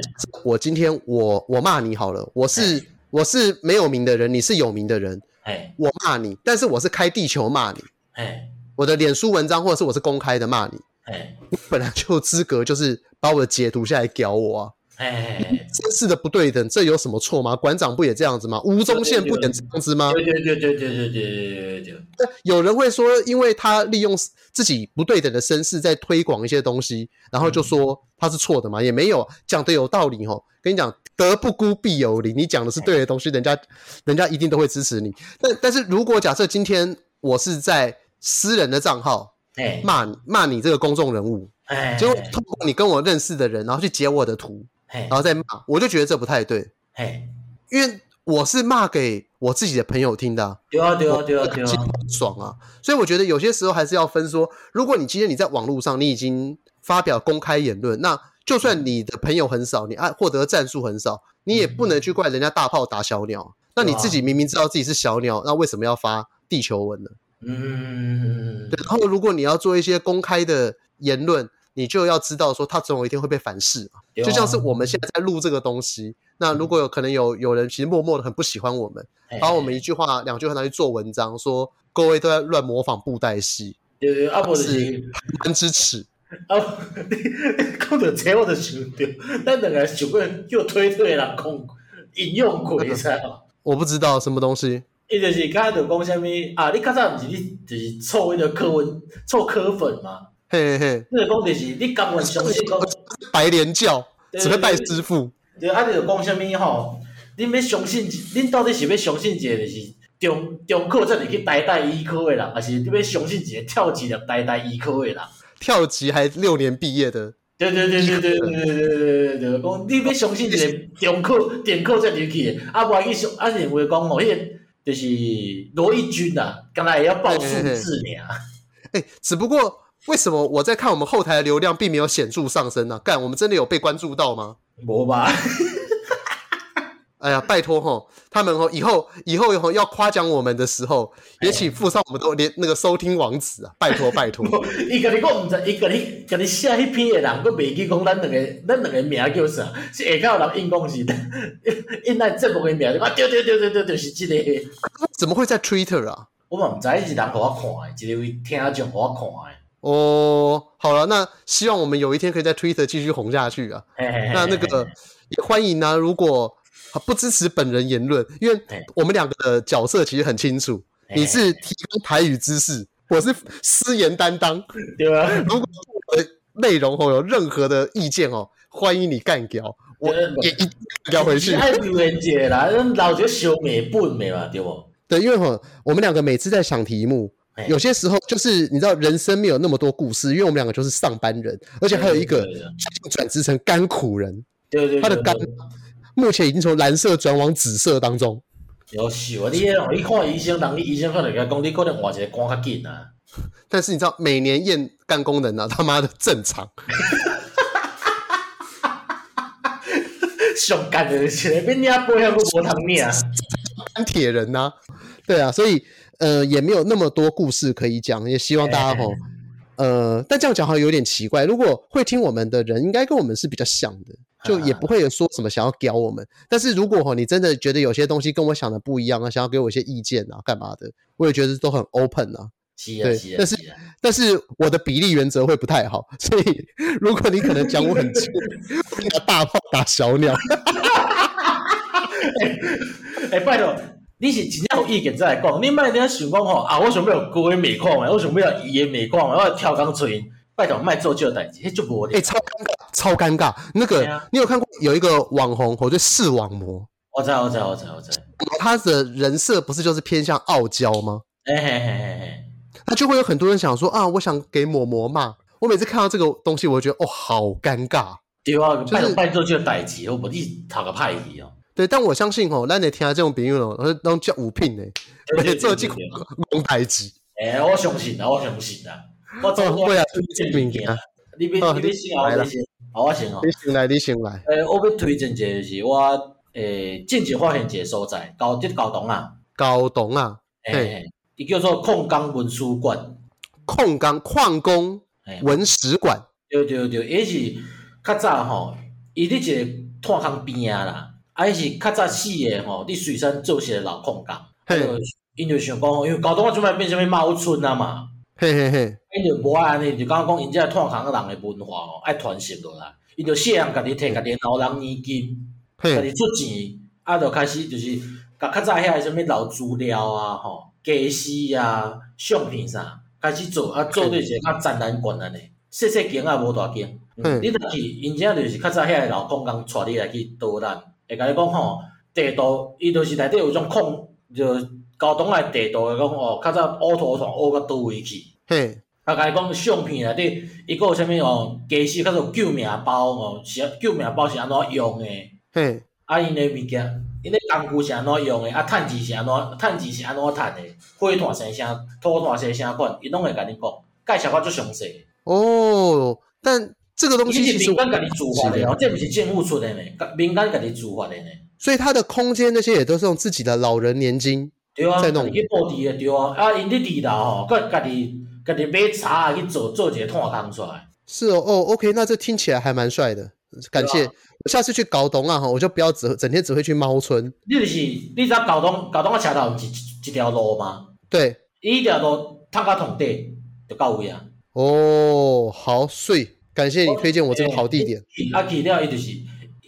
[SPEAKER 1] 我今天我我骂你好了，我是我是没有名的人，你是有名的人，
[SPEAKER 2] 哎，
[SPEAKER 1] 我骂你，但是我是开地球骂你，
[SPEAKER 2] 哎
[SPEAKER 1] 我的脸书文章或者是我是公开的骂你，
[SPEAKER 2] 哎
[SPEAKER 1] 你本来就有资格就是把我的截图下来屌我啊，
[SPEAKER 2] 哎，
[SPEAKER 1] 真是的不对等，这有什么错吗？馆长不也这样子吗？吴宗宪不也这样子吗？
[SPEAKER 2] 哎对对对对对对对对对，
[SPEAKER 1] 那有人会说，因为他利用自己不对等的身世在推广一些东西，然后就说他是错的嘛，也没有讲的有道理哦。跟你讲，德不孤必有邻，你讲的是对的东西，人家人家一定都会支持你。但但是如果假设今天我是在私人的账号
[SPEAKER 2] 哎
[SPEAKER 1] 骂你骂你这个公众人物，
[SPEAKER 2] 哎，
[SPEAKER 1] 结果通过你跟我认识的人，然后去截我的图，
[SPEAKER 2] 哎
[SPEAKER 1] 然后再骂，我就觉得这不太对，
[SPEAKER 2] 哎，
[SPEAKER 1] 因为我是骂给我自己的朋友听的啊、
[SPEAKER 2] 对啊对啊对啊对
[SPEAKER 1] 其实
[SPEAKER 2] 啊，
[SPEAKER 1] 很爽啊。所以我觉得有些时候还是要分说，如果你今天你在网络上你已经发表公开言论，那就算你的朋友很少，你爱啊获得战术很少，你也不能去怪人家大炮打小鸟。那你自己明明知道自己是小鸟，那为什么要发地球文呢？
[SPEAKER 2] 嗯，
[SPEAKER 1] 对然后如果你要做一些公开的言论，你就要知道说，它总有一天会被反噬嘛。
[SPEAKER 2] 啊
[SPEAKER 1] 就像是我们现在在录这个东西，那如果有可能有有人其实默默的很不喜欢我们。
[SPEAKER 2] 哎
[SPEAKER 1] 把我们一句话、两句话拿去做文章，说各位都在乱模仿布袋戏，
[SPEAKER 2] 对对，啊无就是。
[SPEAKER 1] 蛮之耻。
[SPEAKER 2] 啊，你你 讲到这，我就想到，咱两个想过叫推特的人讲引用过，你知无？
[SPEAKER 1] 我不知道什么东西，
[SPEAKER 2] 伊就是刚才就讲啥物啊？你较早毋是你就是凑迄个科文凑科粉嘛？
[SPEAKER 1] 嘿嘿
[SPEAKER 2] 你就讲就是你甘愿相信讲，
[SPEAKER 1] 嘿，白莲教
[SPEAKER 2] 对
[SPEAKER 1] 只会拜师傅，
[SPEAKER 2] 对啊，你就讲啥物吼？恁要相信，恁到底是要相信一个就是中中考才入去台大医科的人，还是你要相信一个跳级入台大医科的人？
[SPEAKER 1] 跳级还六年毕业的，
[SPEAKER 2] 对对对对对对对对对对对，讲你要相信一个中考、电考才入去的，啊，无去相，啊认为讲吼，迄个就是罗毅军啊，敢若会晓报数字尔。
[SPEAKER 1] 哎、只不过。为什么我在看我们后台的流量并没有显著上升呢、干，我们真的有被关注到吗？
[SPEAKER 2] 无吧？
[SPEAKER 1] 哎呀，拜托吼，他们吼以后以后吼要夸奖我们的时候，也请附上我们的连那个收听网址啊！拜托拜 托，
[SPEAKER 2] 伊甲你讲毋知，伊甲你甲你写迄篇诶人，佫袂记讲咱两个咱两个名叫啥？是下骹有人硬讲是， 因咱节目诶名，啊对对对对对，就是即、个。
[SPEAKER 1] 怎么会在 Twitter 啊？
[SPEAKER 2] 我嘛毋知是人互我看诶，一个位听众互我看诶。
[SPEAKER 1] 哦，好了，那希望我们有一天可以在 Twitter 继续红下去啊。
[SPEAKER 2] 嘿嘿嘿
[SPEAKER 1] 那那
[SPEAKER 2] 哎
[SPEAKER 1] 个也欢迎呢、如果不支持本人言论，因为
[SPEAKER 2] 哎
[SPEAKER 1] 我们两个的角色其实很清楚，
[SPEAKER 2] 哎
[SPEAKER 1] 你是提供台语知识，我是私言担当。
[SPEAKER 2] 对啊，
[SPEAKER 1] 如果我的内容哦有任何的意见哦，欢迎你干掉，我
[SPEAKER 2] 对哎
[SPEAKER 1] 也一定干掉 回去。
[SPEAKER 2] 爱留言一个啦，咱留一个小美本的嘛，对无？
[SPEAKER 1] 对，因为吼，我们两个每次在想题目
[SPEAKER 2] 哎，
[SPEAKER 1] 有些时候就是你知道，人生没有那么多故事，因为我们两个就是上班人，而且还有一个
[SPEAKER 2] 对对对
[SPEAKER 1] 转职成甘苦人，
[SPEAKER 2] 对对，
[SPEAKER 1] 他的
[SPEAKER 2] 对
[SPEAKER 1] 肝目前已经从蓝色转往紫色当中。
[SPEAKER 2] 有是啊，你迄哦，你看医生，人去医生可能甲讲，你可能换一个肝较紧啊。
[SPEAKER 1] 但是你知道，每年验肝功能啊，他妈的正常。
[SPEAKER 2] 上干的是一个免领保险都无通啊领。
[SPEAKER 1] 钢铁人呐、对啊，所以呃也没有那么多故事可以讲，也希望大家吼，呃，但这样讲好像有点奇怪。如果会听我们的人，应该跟我们是比较像的，就也不会有说什么想要屌我们。但是如果吼你真的觉得有些东西跟我想的不一样啊，想要给我一些意见啊，干嘛的，我也觉得都很 open 啊。
[SPEAKER 2] 是啊
[SPEAKER 1] 对
[SPEAKER 2] 是啊
[SPEAKER 1] 但是
[SPEAKER 2] 是啊，
[SPEAKER 1] 但是我的比例原则会不太好， 所以如果你可能讲我很贱，我拿大炮打小鸟，
[SPEAKER 2] 哎拜托，你是真正有意见才来讲，你莫定想讲吼啊，我想要高诶美矿诶，我想要伊诶美矿诶，我跳工找因，拜托莫做这代志，迄就无
[SPEAKER 1] 哎、
[SPEAKER 2] 咧。
[SPEAKER 1] 超尴尬，超尴尬。那
[SPEAKER 2] 对
[SPEAKER 1] 个、
[SPEAKER 2] 啊
[SPEAKER 1] 你有看过有一个网红，我就视网膜，
[SPEAKER 2] 我知我知我知我知，
[SPEAKER 1] 他的人设不是就是偏向傲娇吗？
[SPEAKER 2] 哎嘿嘿嘿嘿，
[SPEAKER 1] 那就会有很多人想说啊，我想给抹膜骂。我每次看到这个东西，我就觉得哦，好尴尬。
[SPEAKER 2] 对啊，
[SPEAKER 1] 是
[SPEAKER 2] 拜托莫做这代志，我无你头壳歹去哦。
[SPEAKER 1] 对，但我相信哦，咱得听到这种比喻哦，然后叫五聘呢，
[SPEAKER 2] 对
[SPEAKER 1] 没
[SPEAKER 2] 对
[SPEAKER 1] 做
[SPEAKER 2] 对
[SPEAKER 1] 这
[SPEAKER 2] 对
[SPEAKER 1] 个
[SPEAKER 2] 对
[SPEAKER 1] 公台机，
[SPEAKER 2] 诶，我相信啊，我相信啊，我做我
[SPEAKER 1] 对啊
[SPEAKER 2] 推荐
[SPEAKER 1] 这物
[SPEAKER 2] 物
[SPEAKER 1] 件
[SPEAKER 2] 件，你别
[SPEAKER 1] 哦
[SPEAKER 2] 你别先
[SPEAKER 1] 来
[SPEAKER 2] 啊，我
[SPEAKER 1] 啦
[SPEAKER 2] 先，啊我先哦。
[SPEAKER 1] 你醒来，你醒来。
[SPEAKER 2] 诶，我要推荐一个是我诶，近期发现一个所在，高即高东啊，
[SPEAKER 1] 搞懂啊，
[SPEAKER 2] 诶，伊叫做控江文书馆，
[SPEAKER 1] 控钢矿工
[SPEAKER 2] 诶，
[SPEAKER 1] 文史馆，
[SPEAKER 2] 对对对，伊是较早吼，伊伫一个炭坑边啊啦，啊伊是较早死诶吼，伫水山做些老控江，
[SPEAKER 1] 嘿
[SPEAKER 2] 就因就想讲吼，因为高东我即摆变啥物猫村啊嘛。
[SPEAKER 1] 嘿嘿嘿，
[SPEAKER 2] 因就无爱安尼，就讲讲因遮炭行人诶文化哦，爱传承落来。因就细汉家己摕家己的老人年金，家己
[SPEAKER 1] 嘿，
[SPEAKER 2] 出钱，啊，就开始就是甲较早遐诶啥物老资料啊、吼家私啊、相片啥，开始做啊，做对一个较展览馆安尼，细细间啊，无大间。
[SPEAKER 1] 嗯
[SPEAKER 2] 嗯、你若去，因遮就是较早遐诶老公公带你来去导览，会甲你讲吼，地图伊就是内底有种空，就交通诶地图，讲哦，较早乌土团乌到倒位去。
[SPEAKER 1] 嘿，
[SPEAKER 2] 啊，甲伊讲相片内底，伊个有啥物哦？家私叫做救命包哦，是啊救命包是安怎用诶？
[SPEAKER 1] 嘿，
[SPEAKER 2] 啊，因诶物件，因诶工具是安怎用诶？啊，趁钱是安怎？趁钱是安怎趁诶？火炭生啥？土炭生啥款？伊拢会甲你讲，介绍我足详细。
[SPEAKER 1] 哦，但这个东西
[SPEAKER 2] 伊
[SPEAKER 1] 其
[SPEAKER 2] 是
[SPEAKER 1] 实
[SPEAKER 2] 民
[SPEAKER 1] 我
[SPEAKER 2] 间家己自发诶哦，这毋是政府出诶呢，民间家己自发诶呢。
[SPEAKER 1] 所以它的空间那些也都是用自己的老人年金，
[SPEAKER 2] 对啊，
[SPEAKER 1] 再弄
[SPEAKER 2] 家己去布置诶，对啊。啊，因伫二楼吼，佮家己家己买茶啊去做做一个炭工出来。
[SPEAKER 1] 是哦，哦，OK，那这听起来还蛮帅的，感谢。
[SPEAKER 2] 对啊
[SPEAKER 1] 我下次去搞懂啊，哈，我就不要只整天只会去猫村。
[SPEAKER 2] 你就是你知道交通交通个车头毋是一一条路吗？
[SPEAKER 1] 对，
[SPEAKER 2] 伊条路通到桶底就到位啊。
[SPEAKER 1] 哦，好，睡，感谢你推荐我这个好地点。
[SPEAKER 2] 啊，去了伊就是，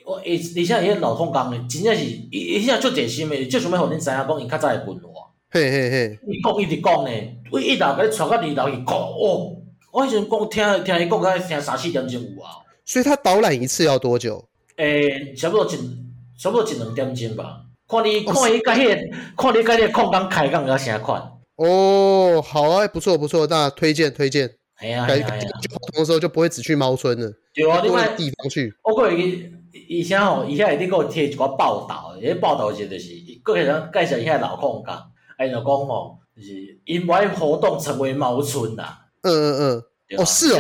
[SPEAKER 2] 我伊而且迄老痛工诶，真正是伊伊遐足热心诶，就想要互恁知影讲伊较早诶文化。
[SPEAKER 1] 嘿嘿嘿，
[SPEAKER 2] 伊讲伊直讲呢，我一楼甲你传到二楼去讲哦。我迄阵讲听听伊讲，甲听三四点钟有啊。
[SPEAKER 1] 所以他导览一次要多久？
[SPEAKER 2] 诶、差不多一差不多一两点钟吧。看你看伊甲迄个，看你甲迄个矿工开讲甲啥款。
[SPEAKER 1] 哦，好啊，不错不错，那推荐推荐。
[SPEAKER 2] 哎呀
[SPEAKER 1] 感
[SPEAKER 2] 哎呀哎
[SPEAKER 1] 感觉
[SPEAKER 2] 呀，
[SPEAKER 1] 交通的时候就不会只去猫村了，
[SPEAKER 2] 对啊，你
[SPEAKER 1] 多
[SPEAKER 2] 看
[SPEAKER 1] 的地方去。
[SPEAKER 2] 我过去以前吼，伊遐你给我贴一寡报道，迄报道是就是，佫会人介绍伊遐老矿工，啊，伊就讲吼，就是因为活动成为猫村啦。
[SPEAKER 1] 嗯嗯
[SPEAKER 2] 对
[SPEAKER 1] 哦
[SPEAKER 2] 吧啊
[SPEAKER 1] 是哦，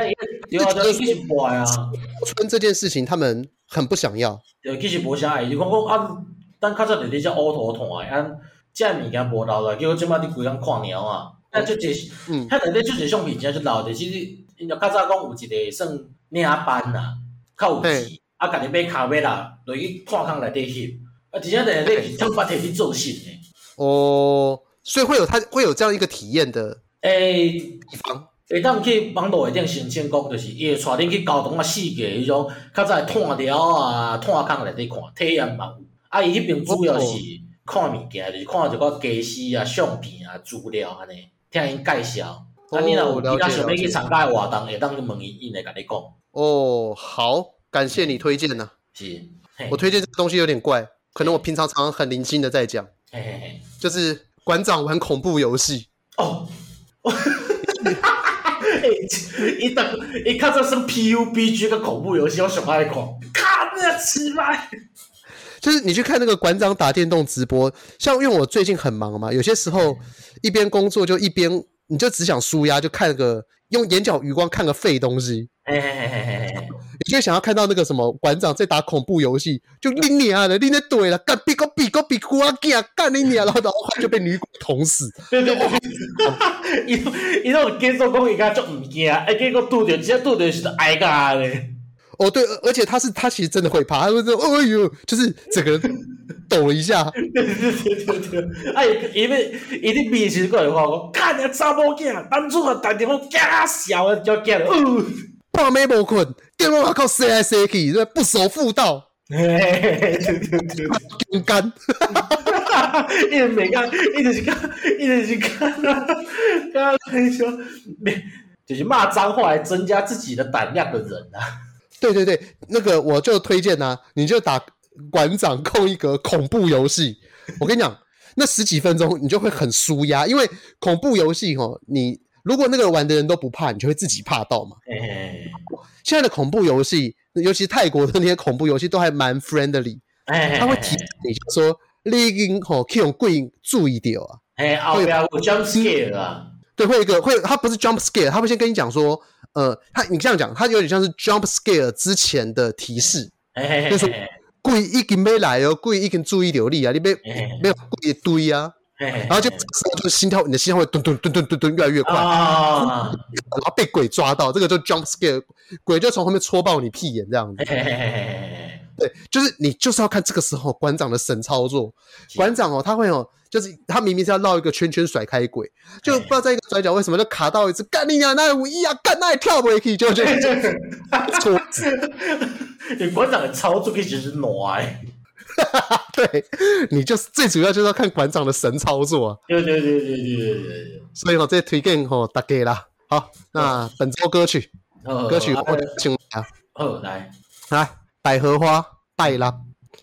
[SPEAKER 2] 对啊，就是其实无啊，
[SPEAKER 1] 嗯，猫村这件事情他们很不想要。
[SPEAKER 2] 对，呃其实无啥爱，伊就讲讲啊，咱较早伫咧遮乌涂炭诶，啊，遮物件无留落，结果即摆你规工看猫啊，啊，就这，
[SPEAKER 1] 嗯，
[SPEAKER 2] 遐内底就这相片真就留着，其实因就较早讲有一个算领班啦，较有钱
[SPEAKER 1] 嘿，
[SPEAKER 2] 啊，家己买卡买啦，落去炭坑内底翕，啊，真正内底是特别摕去做穑诶。
[SPEAKER 1] 哦，所以会有他会有这样一个体验的
[SPEAKER 2] 诶，
[SPEAKER 1] 地方。
[SPEAKER 2] 会当去网络下顶申请讲，就是伊会带恁去交通啊四界迄种较早的炭寮啊、炭坑内底看体验嘛有。啊，伊迄边主要是看物件，就是看一寡家私啊、相片啊、资料安尼，听因介绍。啊，你若
[SPEAKER 1] 哦，
[SPEAKER 2] 有其
[SPEAKER 1] 了
[SPEAKER 2] 他
[SPEAKER 1] 解
[SPEAKER 2] 想要
[SPEAKER 1] 了
[SPEAKER 2] 去
[SPEAKER 1] 解。
[SPEAKER 2] 参加的活动，会当去问伊，伊会甲你讲。
[SPEAKER 1] 哦，好，感谢你推荐呐、
[SPEAKER 2] 是，嘿
[SPEAKER 1] 我，推荐这个东西有点怪，可能我平常常常很零星的在讲，
[SPEAKER 2] 嘿嘿嘿，
[SPEAKER 1] 就是馆长玩恐怖游戏。
[SPEAKER 2] 哦， 欸伊当伊较早算 PUBG 个恐怖游戏，我上爱看，看那奇怪。
[SPEAKER 1] 就是你去看那个馆长打电动直播，像因为我最近很忙嘛，有些时候一边工作就一边你就只想舒压，就看个用眼角余光看个废东西，
[SPEAKER 2] 嘿嘿嘿嘿嘿嘿。
[SPEAKER 1] 你就想要看到那个什么馆长在打恐怖游戏，就拎你啊的拎在怼了，干比个比个比瓜啊，干你你啊，然后然后就被女鬼捅死，
[SPEAKER 2] 对对对，伊伊拢继续讲伊家足毋惊，啊，结果拄着直接拄着是挨家咧。
[SPEAKER 1] 哦，对，而而且他是他其实真的会怕，他会说哦呦，就是整个人抖了一下。
[SPEAKER 2] 对对对对对，啊伊伊要伊咧面试过来话讲，干你查某囝，当初啊，逐日我惊笑啊，叫惊了，
[SPEAKER 1] 胖妹无困，电话靠塞来塞去，这不守妇道。
[SPEAKER 2] 嘿嘿嘿嘿对对对，
[SPEAKER 1] 金干，
[SPEAKER 2] 伊就袂讲，伊就是讲，伊就是讲，刚刚说，没就是骂脏话来增加自己的胆量的人啊。
[SPEAKER 1] 对对对，那个我就推荐呐、你就打馆长控一格恐怖游戏，我跟你讲，那十几分钟你就会很舒压，因为恐怖游戏吼，你如果那个玩的人都不怕，你就会自己怕到嘛。
[SPEAKER 2] 嘿嘿
[SPEAKER 1] 现在的恐怖游戏，尤其泰国的那些恐怖游戏都还蛮 friendly，
[SPEAKER 2] 嘿，
[SPEAKER 1] 他会提醒你就说你已经吼去用鬼注意掉啊，
[SPEAKER 2] 嘿，后边有 jump scare 啊，
[SPEAKER 1] 对，会有一个会，他不是 jump scare，他会先跟你讲说，呃，他你这样讲，他有点像是 jump scare 之前的提示，
[SPEAKER 2] 嘿嘿
[SPEAKER 1] 就是
[SPEAKER 2] 嘿
[SPEAKER 1] 鬼已经没来哦，鬼已经注意流力啊，你被
[SPEAKER 2] 嘿
[SPEAKER 1] 没有鬼堆啊，
[SPEAKER 2] 嘿，然
[SPEAKER 1] 然后就这个时候就心跳，你的心跳会咚咚咚咚咚咚越来越快，然
[SPEAKER 2] 嗯啊，
[SPEAKER 1] 后被鬼抓到，这个就 jump scare，鬼就从后面戳爆你屁眼这样子
[SPEAKER 2] 嘿，嘿嘿嘿
[SPEAKER 1] 对，就是你就是要看这个时候馆长的神操作，
[SPEAKER 2] 是
[SPEAKER 1] 馆长哦，他会哦，就是他明明是要绕一个圈圈甩开鬼，就不知道在一个转角为什么就卡到一次，干你娘那五一啊，干那也跳不回去，就就就就戳死，
[SPEAKER 2] 嘿，你馆长的操作其实是暖的。
[SPEAKER 1] 对，你就是最主要就是要看馆长的神操作、啊，
[SPEAKER 2] 对对对对对对对对。
[SPEAKER 1] 所以哦，这推荐哦大家啦。好，那本周歌曲
[SPEAKER 2] 呃
[SPEAKER 1] 歌曲
[SPEAKER 2] 啊
[SPEAKER 1] 我请啊，
[SPEAKER 2] 呃，来，
[SPEAKER 1] 来百合花拜啦，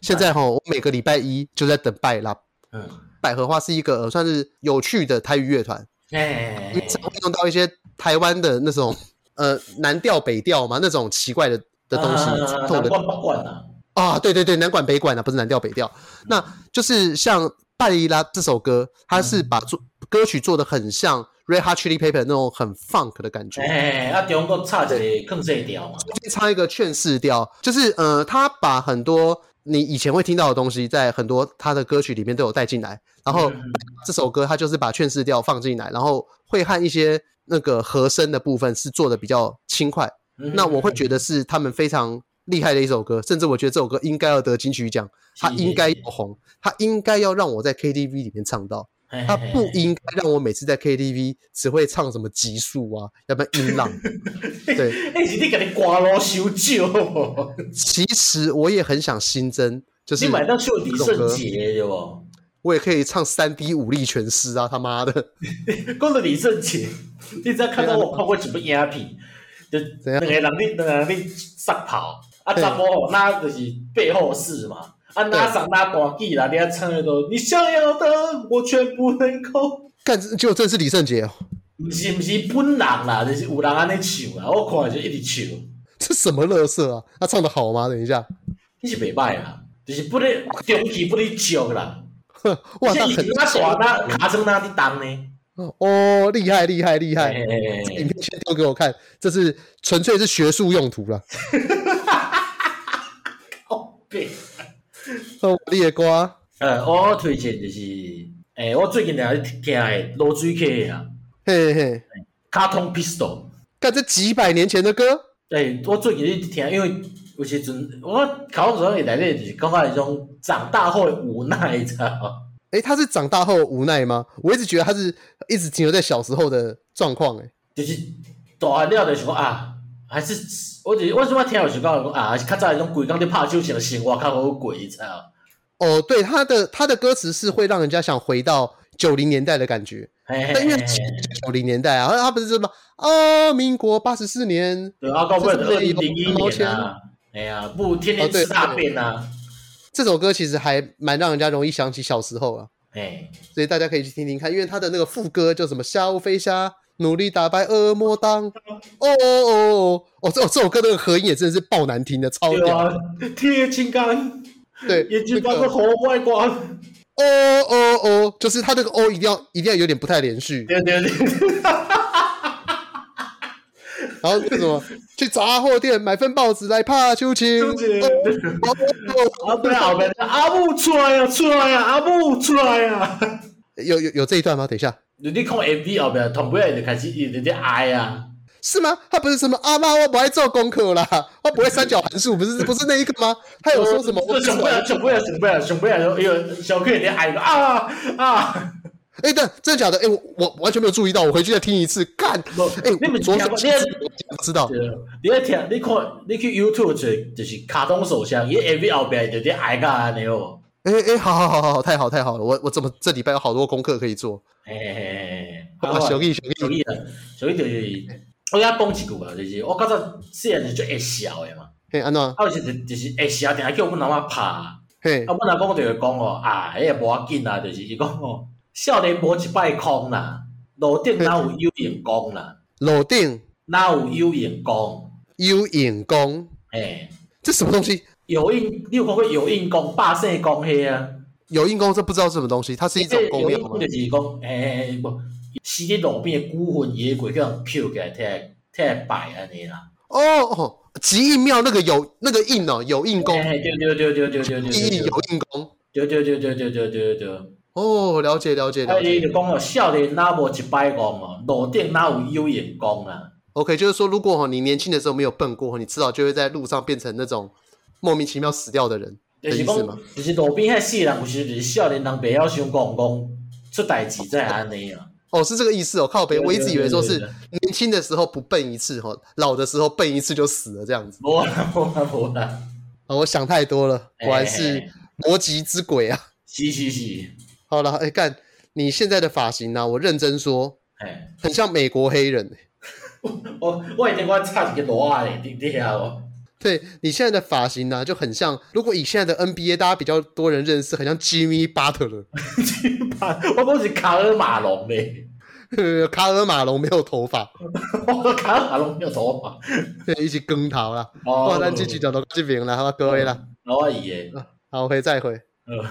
[SPEAKER 1] 现在哦，我每个礼拜一就在等拜啦。
[SPEAKER 2] 嗯，
[SPEAKER 1] 百合花是一个呃算是有趣的台语乐团，
[SPEAKER 2] 哎，
[SPEAKER 1] 因为常会用到一些台湾的那种呃南调北调嘛，那种奇怪的的东西
[SPEAKER 2] 啊
[SPEAKER 1] 做
[SPEAKER 2] 难
[SPEAKER 1] 的
[SPEAKER 2] 怪不管啊，
[SPEAKER 1] 啊，对对对，南管北管啊，不是南调北调，
[SPEAKER 2] 嗯
[SPEAKER 1] 那就是像《拜伊拉》这首歌，它是
[SPEAKER 2] 嗯
[SPEAKER 1] 把做歌曲做的很像 Red Hot Chili Pepper 那种很 funk 的感觉，
[SPEAKER 2] 哎，啊，中国差一个更细条嘛，
[SPEAKER 1] 中间插一个劝世调，就是呃，他把很多你以前会听到的东西，在很多他的歌曲里面都有带进来。然后
[SPEAKER 2] 嗯
[SPEAKER 1] 这首歌他就是把劝世调放进来，然后会和一些那个和声的部分是做的比较轻快。
[SPEAKER 2] 嗯
[SPEAKER 1] 那我会觉得是他们非常厉害的一首歌，甚至我觉得这首歌应该要得金曲奖，它
[SPEAKER 2] 是
[SPEAKER 1] 应该要红，它应该要让我在 KTV 里面唱到。
[SPEAKER 2] 得
[SPEAKER 1] 他不应该让我每次在 KTV 只会唱什么急速啊，要不然音浪。对，
[SPEAKER 2] 哎，是你给你刮落修旧，
[SPEAKER 1] 其实我也很想新增，就是
[SPEAKER 2] 你买到秀迪圣杰对不？
[SPEAKER 1] 我也可以唱三 D 武力全师啊，他妈的！
[SPEAKER 2] 讲到李圣杰，你知道看到我看过什么影片？就
[SPEAKER 1] 怎
[SPEAKER 2] 两
[SPEAKER 1] 样
[SPEAKER 2] 个人你两个人你撒跑，啊，查某吼那就是背后事嘛，啊，哪长哪大记啦，你啊唱那都，你想要的我却不能够。
[SPEAKER 1] 干，结果真的是李圣杰哦，
[SPEAKER 2] 毋是毋是本人啦，就是有人安尼唱啦，我看就一直唱，
[SPEAKER 1] 这什么乐色啊？他唱的好吗？等一下，
[SPEAKER 2] 你是袂歹啦，就是不咧中气不咧少啦，
[SPEAKER 1] 哼哇，
[SPEAKER 2] 而且
[SPEAKER 1] 他
[SPEAKER 2] 伊
[SPEAKER 1] 很
[SPEAKER 2] 那耍那卡声那伫动呢，
[SPEAKER 1] 哦，厉害厉害厉
[SPEAKER 2] 哎
[SPEAKER 1] 害！
[SPEAKER 2] 嘿
[SPEAKER 1] 影片先丢给我看，这是纯粹是学术用途了。
[SPEAKER 2] 哦对，
[SPEAKER 1] 哦，猎瓜，
[SPEAKER 2] 呃，我推荐就是，诶、我最近来听诶罗水客啊，
[SPEAKER 1] 嘿嘿，
[SPEAKER 2] 卡通 pistol，
[SPEAKER 1] 干这几百年前的歌，
[SPEAKER 2] 诶、我最近咧听，因为有时阵我考上时内底就是感觉迄种长大后的无奈，你知道吗？
[SPEAKER 1] 诶，他是长大后无奈吗？我一直觉得他是一直停留在小时候的状况，诶，
[SPEAKER 2] 就是大汉了就是讲啊，还是我就是我即摆听有时讲讲啊，还是较早迄种规工咧拍手型的生活较好过，你知道吗？
[SPEAKER 1] 哦，对，他的他的歌词是会让人家想回到九零年代的感觉。
[SPEAKER 2] 嘿嘿
[SPEAKER 1] 但因为
[SPEAKER 2] 嘿嘿
[SPEAKER 1] 九零年代啊，他不是什么啊，民国八十四年，
[SPEAKER 2] 对啊，到尾
[SPEAKER 1] 这是
[SPEAKER 2] 二零零一
[SPEAKER 1] 毛
[SPEAKER 2] 年
[SPEAKER 1] 钱
[SPEAKER 2] 啊，哎呀，不天
[SPEAKER 1] 哦
[SPEAKER 2] 天
[SPEAKER 1] 对
[SPEAKER 2] 吃大便啊，
[SPEAKER 1] 这首歌其实还蛮让人家容易想起小时候啊，
[SPEAKER 2] 哎，
[SPEAKER 1] 所以大家可以去听听看，因为他的那个副歌叫什么“虾乌飞虾”。努力打败恶魔当，哦哦哦哦哦！这这首歌那个合音也真的是爆难听的，超
[SPEAKER 2] 对
[SPEAKER 1] 屌。
[SPEAKER 2] 啊，铁青钢，
[SPEAKER 1] 对，
[SPEAKER 2] 眼睛
[SPEAKER 1] 那
[SPEAKER 2] 放
[SPEAKER 1] 个
[SPEAKER 2] 个
[SPEAKER 1] 哦
[SPEAKER 2] 红外光，
[SPEAKER 1] 哦哦，就是他那个哦一定要一定要有点不太连续。
[SPEAKER 2] 对对对，
[SPEAKER 1] 然后那什么，去杂货店买份报纸来怕秋千。
[SPEAKER 2] 秋千
[SPEAKER 1] 哦哦哦
[SPEAKER 2] 啊对啊，后面阿母出来啊，出来啊，阿母出来啊，
[SPEAKER 1] 有有有这一段吗？等一下，
[SPEAKER 2] 你你看 MV 后面，同尾就开始一直在哀啊。
[SPEAKER 1] 是吗？他不是什么阿妈，我不爱做功课啦，我不会三角函数，不是不是那一个吗？他有说什么？我不
[SPEAKER 2] 就想不
[SPEAKER 1] 会
[SPEAKER 2] 了，想不了，想不了，想不了，有小 K 连挨个啊啊！
[SPEAKER 1] 哎、但真的假的？哎、我我完全没有注意到，我回去再听一次。看，
[SPEAKER 2] 不
[SPEAKER 1] 哎、
[SPEAKER 2] 你们
[SPEAKER 1] 昨
[SPEAKER 2] 听
[SPEAKER 1] 天
[SPEAKER 2] 过
[SPEAKER 1] 我
[SPEAKER 2] 你也
[SPEAKER 1] 不知道，
[SPEAKER 2] 对啊，你要听，你看，你去 YouTube 找，就是卡通手枪，伊 MV 后壁就伫挨个安尼哦。
[SPEAKER 1] 哎、哎、好好好好好，太好太好了，我我怎么这礼拜有好多功课可以做？
[SPEAKER 2] 嘿嘿嘿嘿，
[SPEAKER 1] 啊，小弟小
[SPEAKER 2] 所
[SPEAKER 1] 弟，
[SPEAKER 2] 以啊，所以就是我甲讲一句啊，就是我感觉细汉是最会笑诶嘛，
[SPEAKER 1] 嘿，安娜，
[SPEAKER 2] 啊，有时就就是会笑，定叫阮阿妈拍，啊，
[SPEAKER 1] 嘿，
[SPEAKER 2] 阮阿公就会讲哦，啊，迄个无要紧啦，就是伊讲哦，少年无一摆空啦，路顶哪有有闲 讲啦，
[SPEAKER 1] 楼顶
[SPEAKER 2] 哪有有闲讲，
[SPEAKER 1] 有眼功，
[SPEAKER 2] 嘿，
[SPEAKER 1] 这什么东西？
[SPEAKER 2] 有应，你有看过有应讲百姓讲迄啊？
[SPEAKER 1] 有印功，这不知道是什么东西，它是一种功
[SPEAKER 2] 有
[SPEAKER 1] 庙
[SPEAKER 2] 一
[SPEAKER 1] 吗
[SPEAKER 2] 款？就是讲，诶、欸，无死伫路边诶孤魂野鬼，叫人捡起来摕摕摆安尼啦。
[SPEAKER 1] 哦哦，极印庙那个有那个印哦，有印功，
[SPEAKER 2] 诶、对对对对对对对
[SPEAKER 1] 意义
[SPEAKER 2] 对
[SPEAKER 1] 有印功。
[SPEAKER 2] 对对对对对对对对。
[SPEAKER 1] 哦，了解了解
[SPEAKER 2] 啊，
[SPEAKER 1] 了
[SPEAKER 2] 伊
[SPEAKER 1] 解。
[SPEAKER 2] 就讲哦，少年哪无一摆戆哦，路顶哪有有眼光啦。
[SPEAKER 1] OK，就是说，如果哦你年轻的时候没有笨过，你迟早就会在路上变成那种莫名其妙死掉的人。
[SPEAKER 2] 就是
[SPEAKER 1] 的意思
[SPEAKER 2] 讲
[SPEAKER 1] 嘛，
[SPEAKER 2] 就是路边遐死人，有时就是少年人袂晓想讲讲出代志才会安尼啊。
[SPEAKER 1] 哦，是这个意思哦，靠北，我一直以为说
[SPEAKER 2] 对
[SPEAKER 1] 是
[SPEAKER 2] 对对
[SPEAKER 1] 年轻的时候不笨一次哈，老的时候笨一次就死了这样子。
[SPEAKER 2] 无啦无啦无啦，
[SPEAKER 1] 哦，我想太多了，
[SPEAKER 2] 哎
[SPEAKER 1] 果然
[SPEAKER 2] 嘿嘿
[SPEAKER 1] 是
[SPEAKER 2] 嘿
[SPEAKER 1] 逻辑之鬼啊！
[SPEAKER 2] 是是是，
[SPEAKER 1] 好了，哎、干，你现在的发型呢、我认真说，
[SPEAKER 2] 嘿、
[SPEAKER 1] 很像美国黑人、欸。
[SPEAKER 2] 我我一定我插一个罗啊咧，顶顶啊哦。
[SPEAKER 1] 对你现在的发型呢、就很像，如果以现在的 NBA 大家比较多人认识，很像 Jimmy Butler，
[SPEAKER 2] 我讲是卡尔马龙咧，
[SPEAKER 1] 卡尔马龙没有头发，
[SPEAKER 2] 我卡尔马龙没有头发。
[SPEAKER 1] 对，一起跟头啦。
[SPEAKER 2] 哦
[SPEAKER 1] 哇，咱这集就到这边啦，好吧，各位啦，
[SPEAKER 2] 我伊诶，
[SPEAKER 1] 好，回再会。
[SPEAKER 2] 呃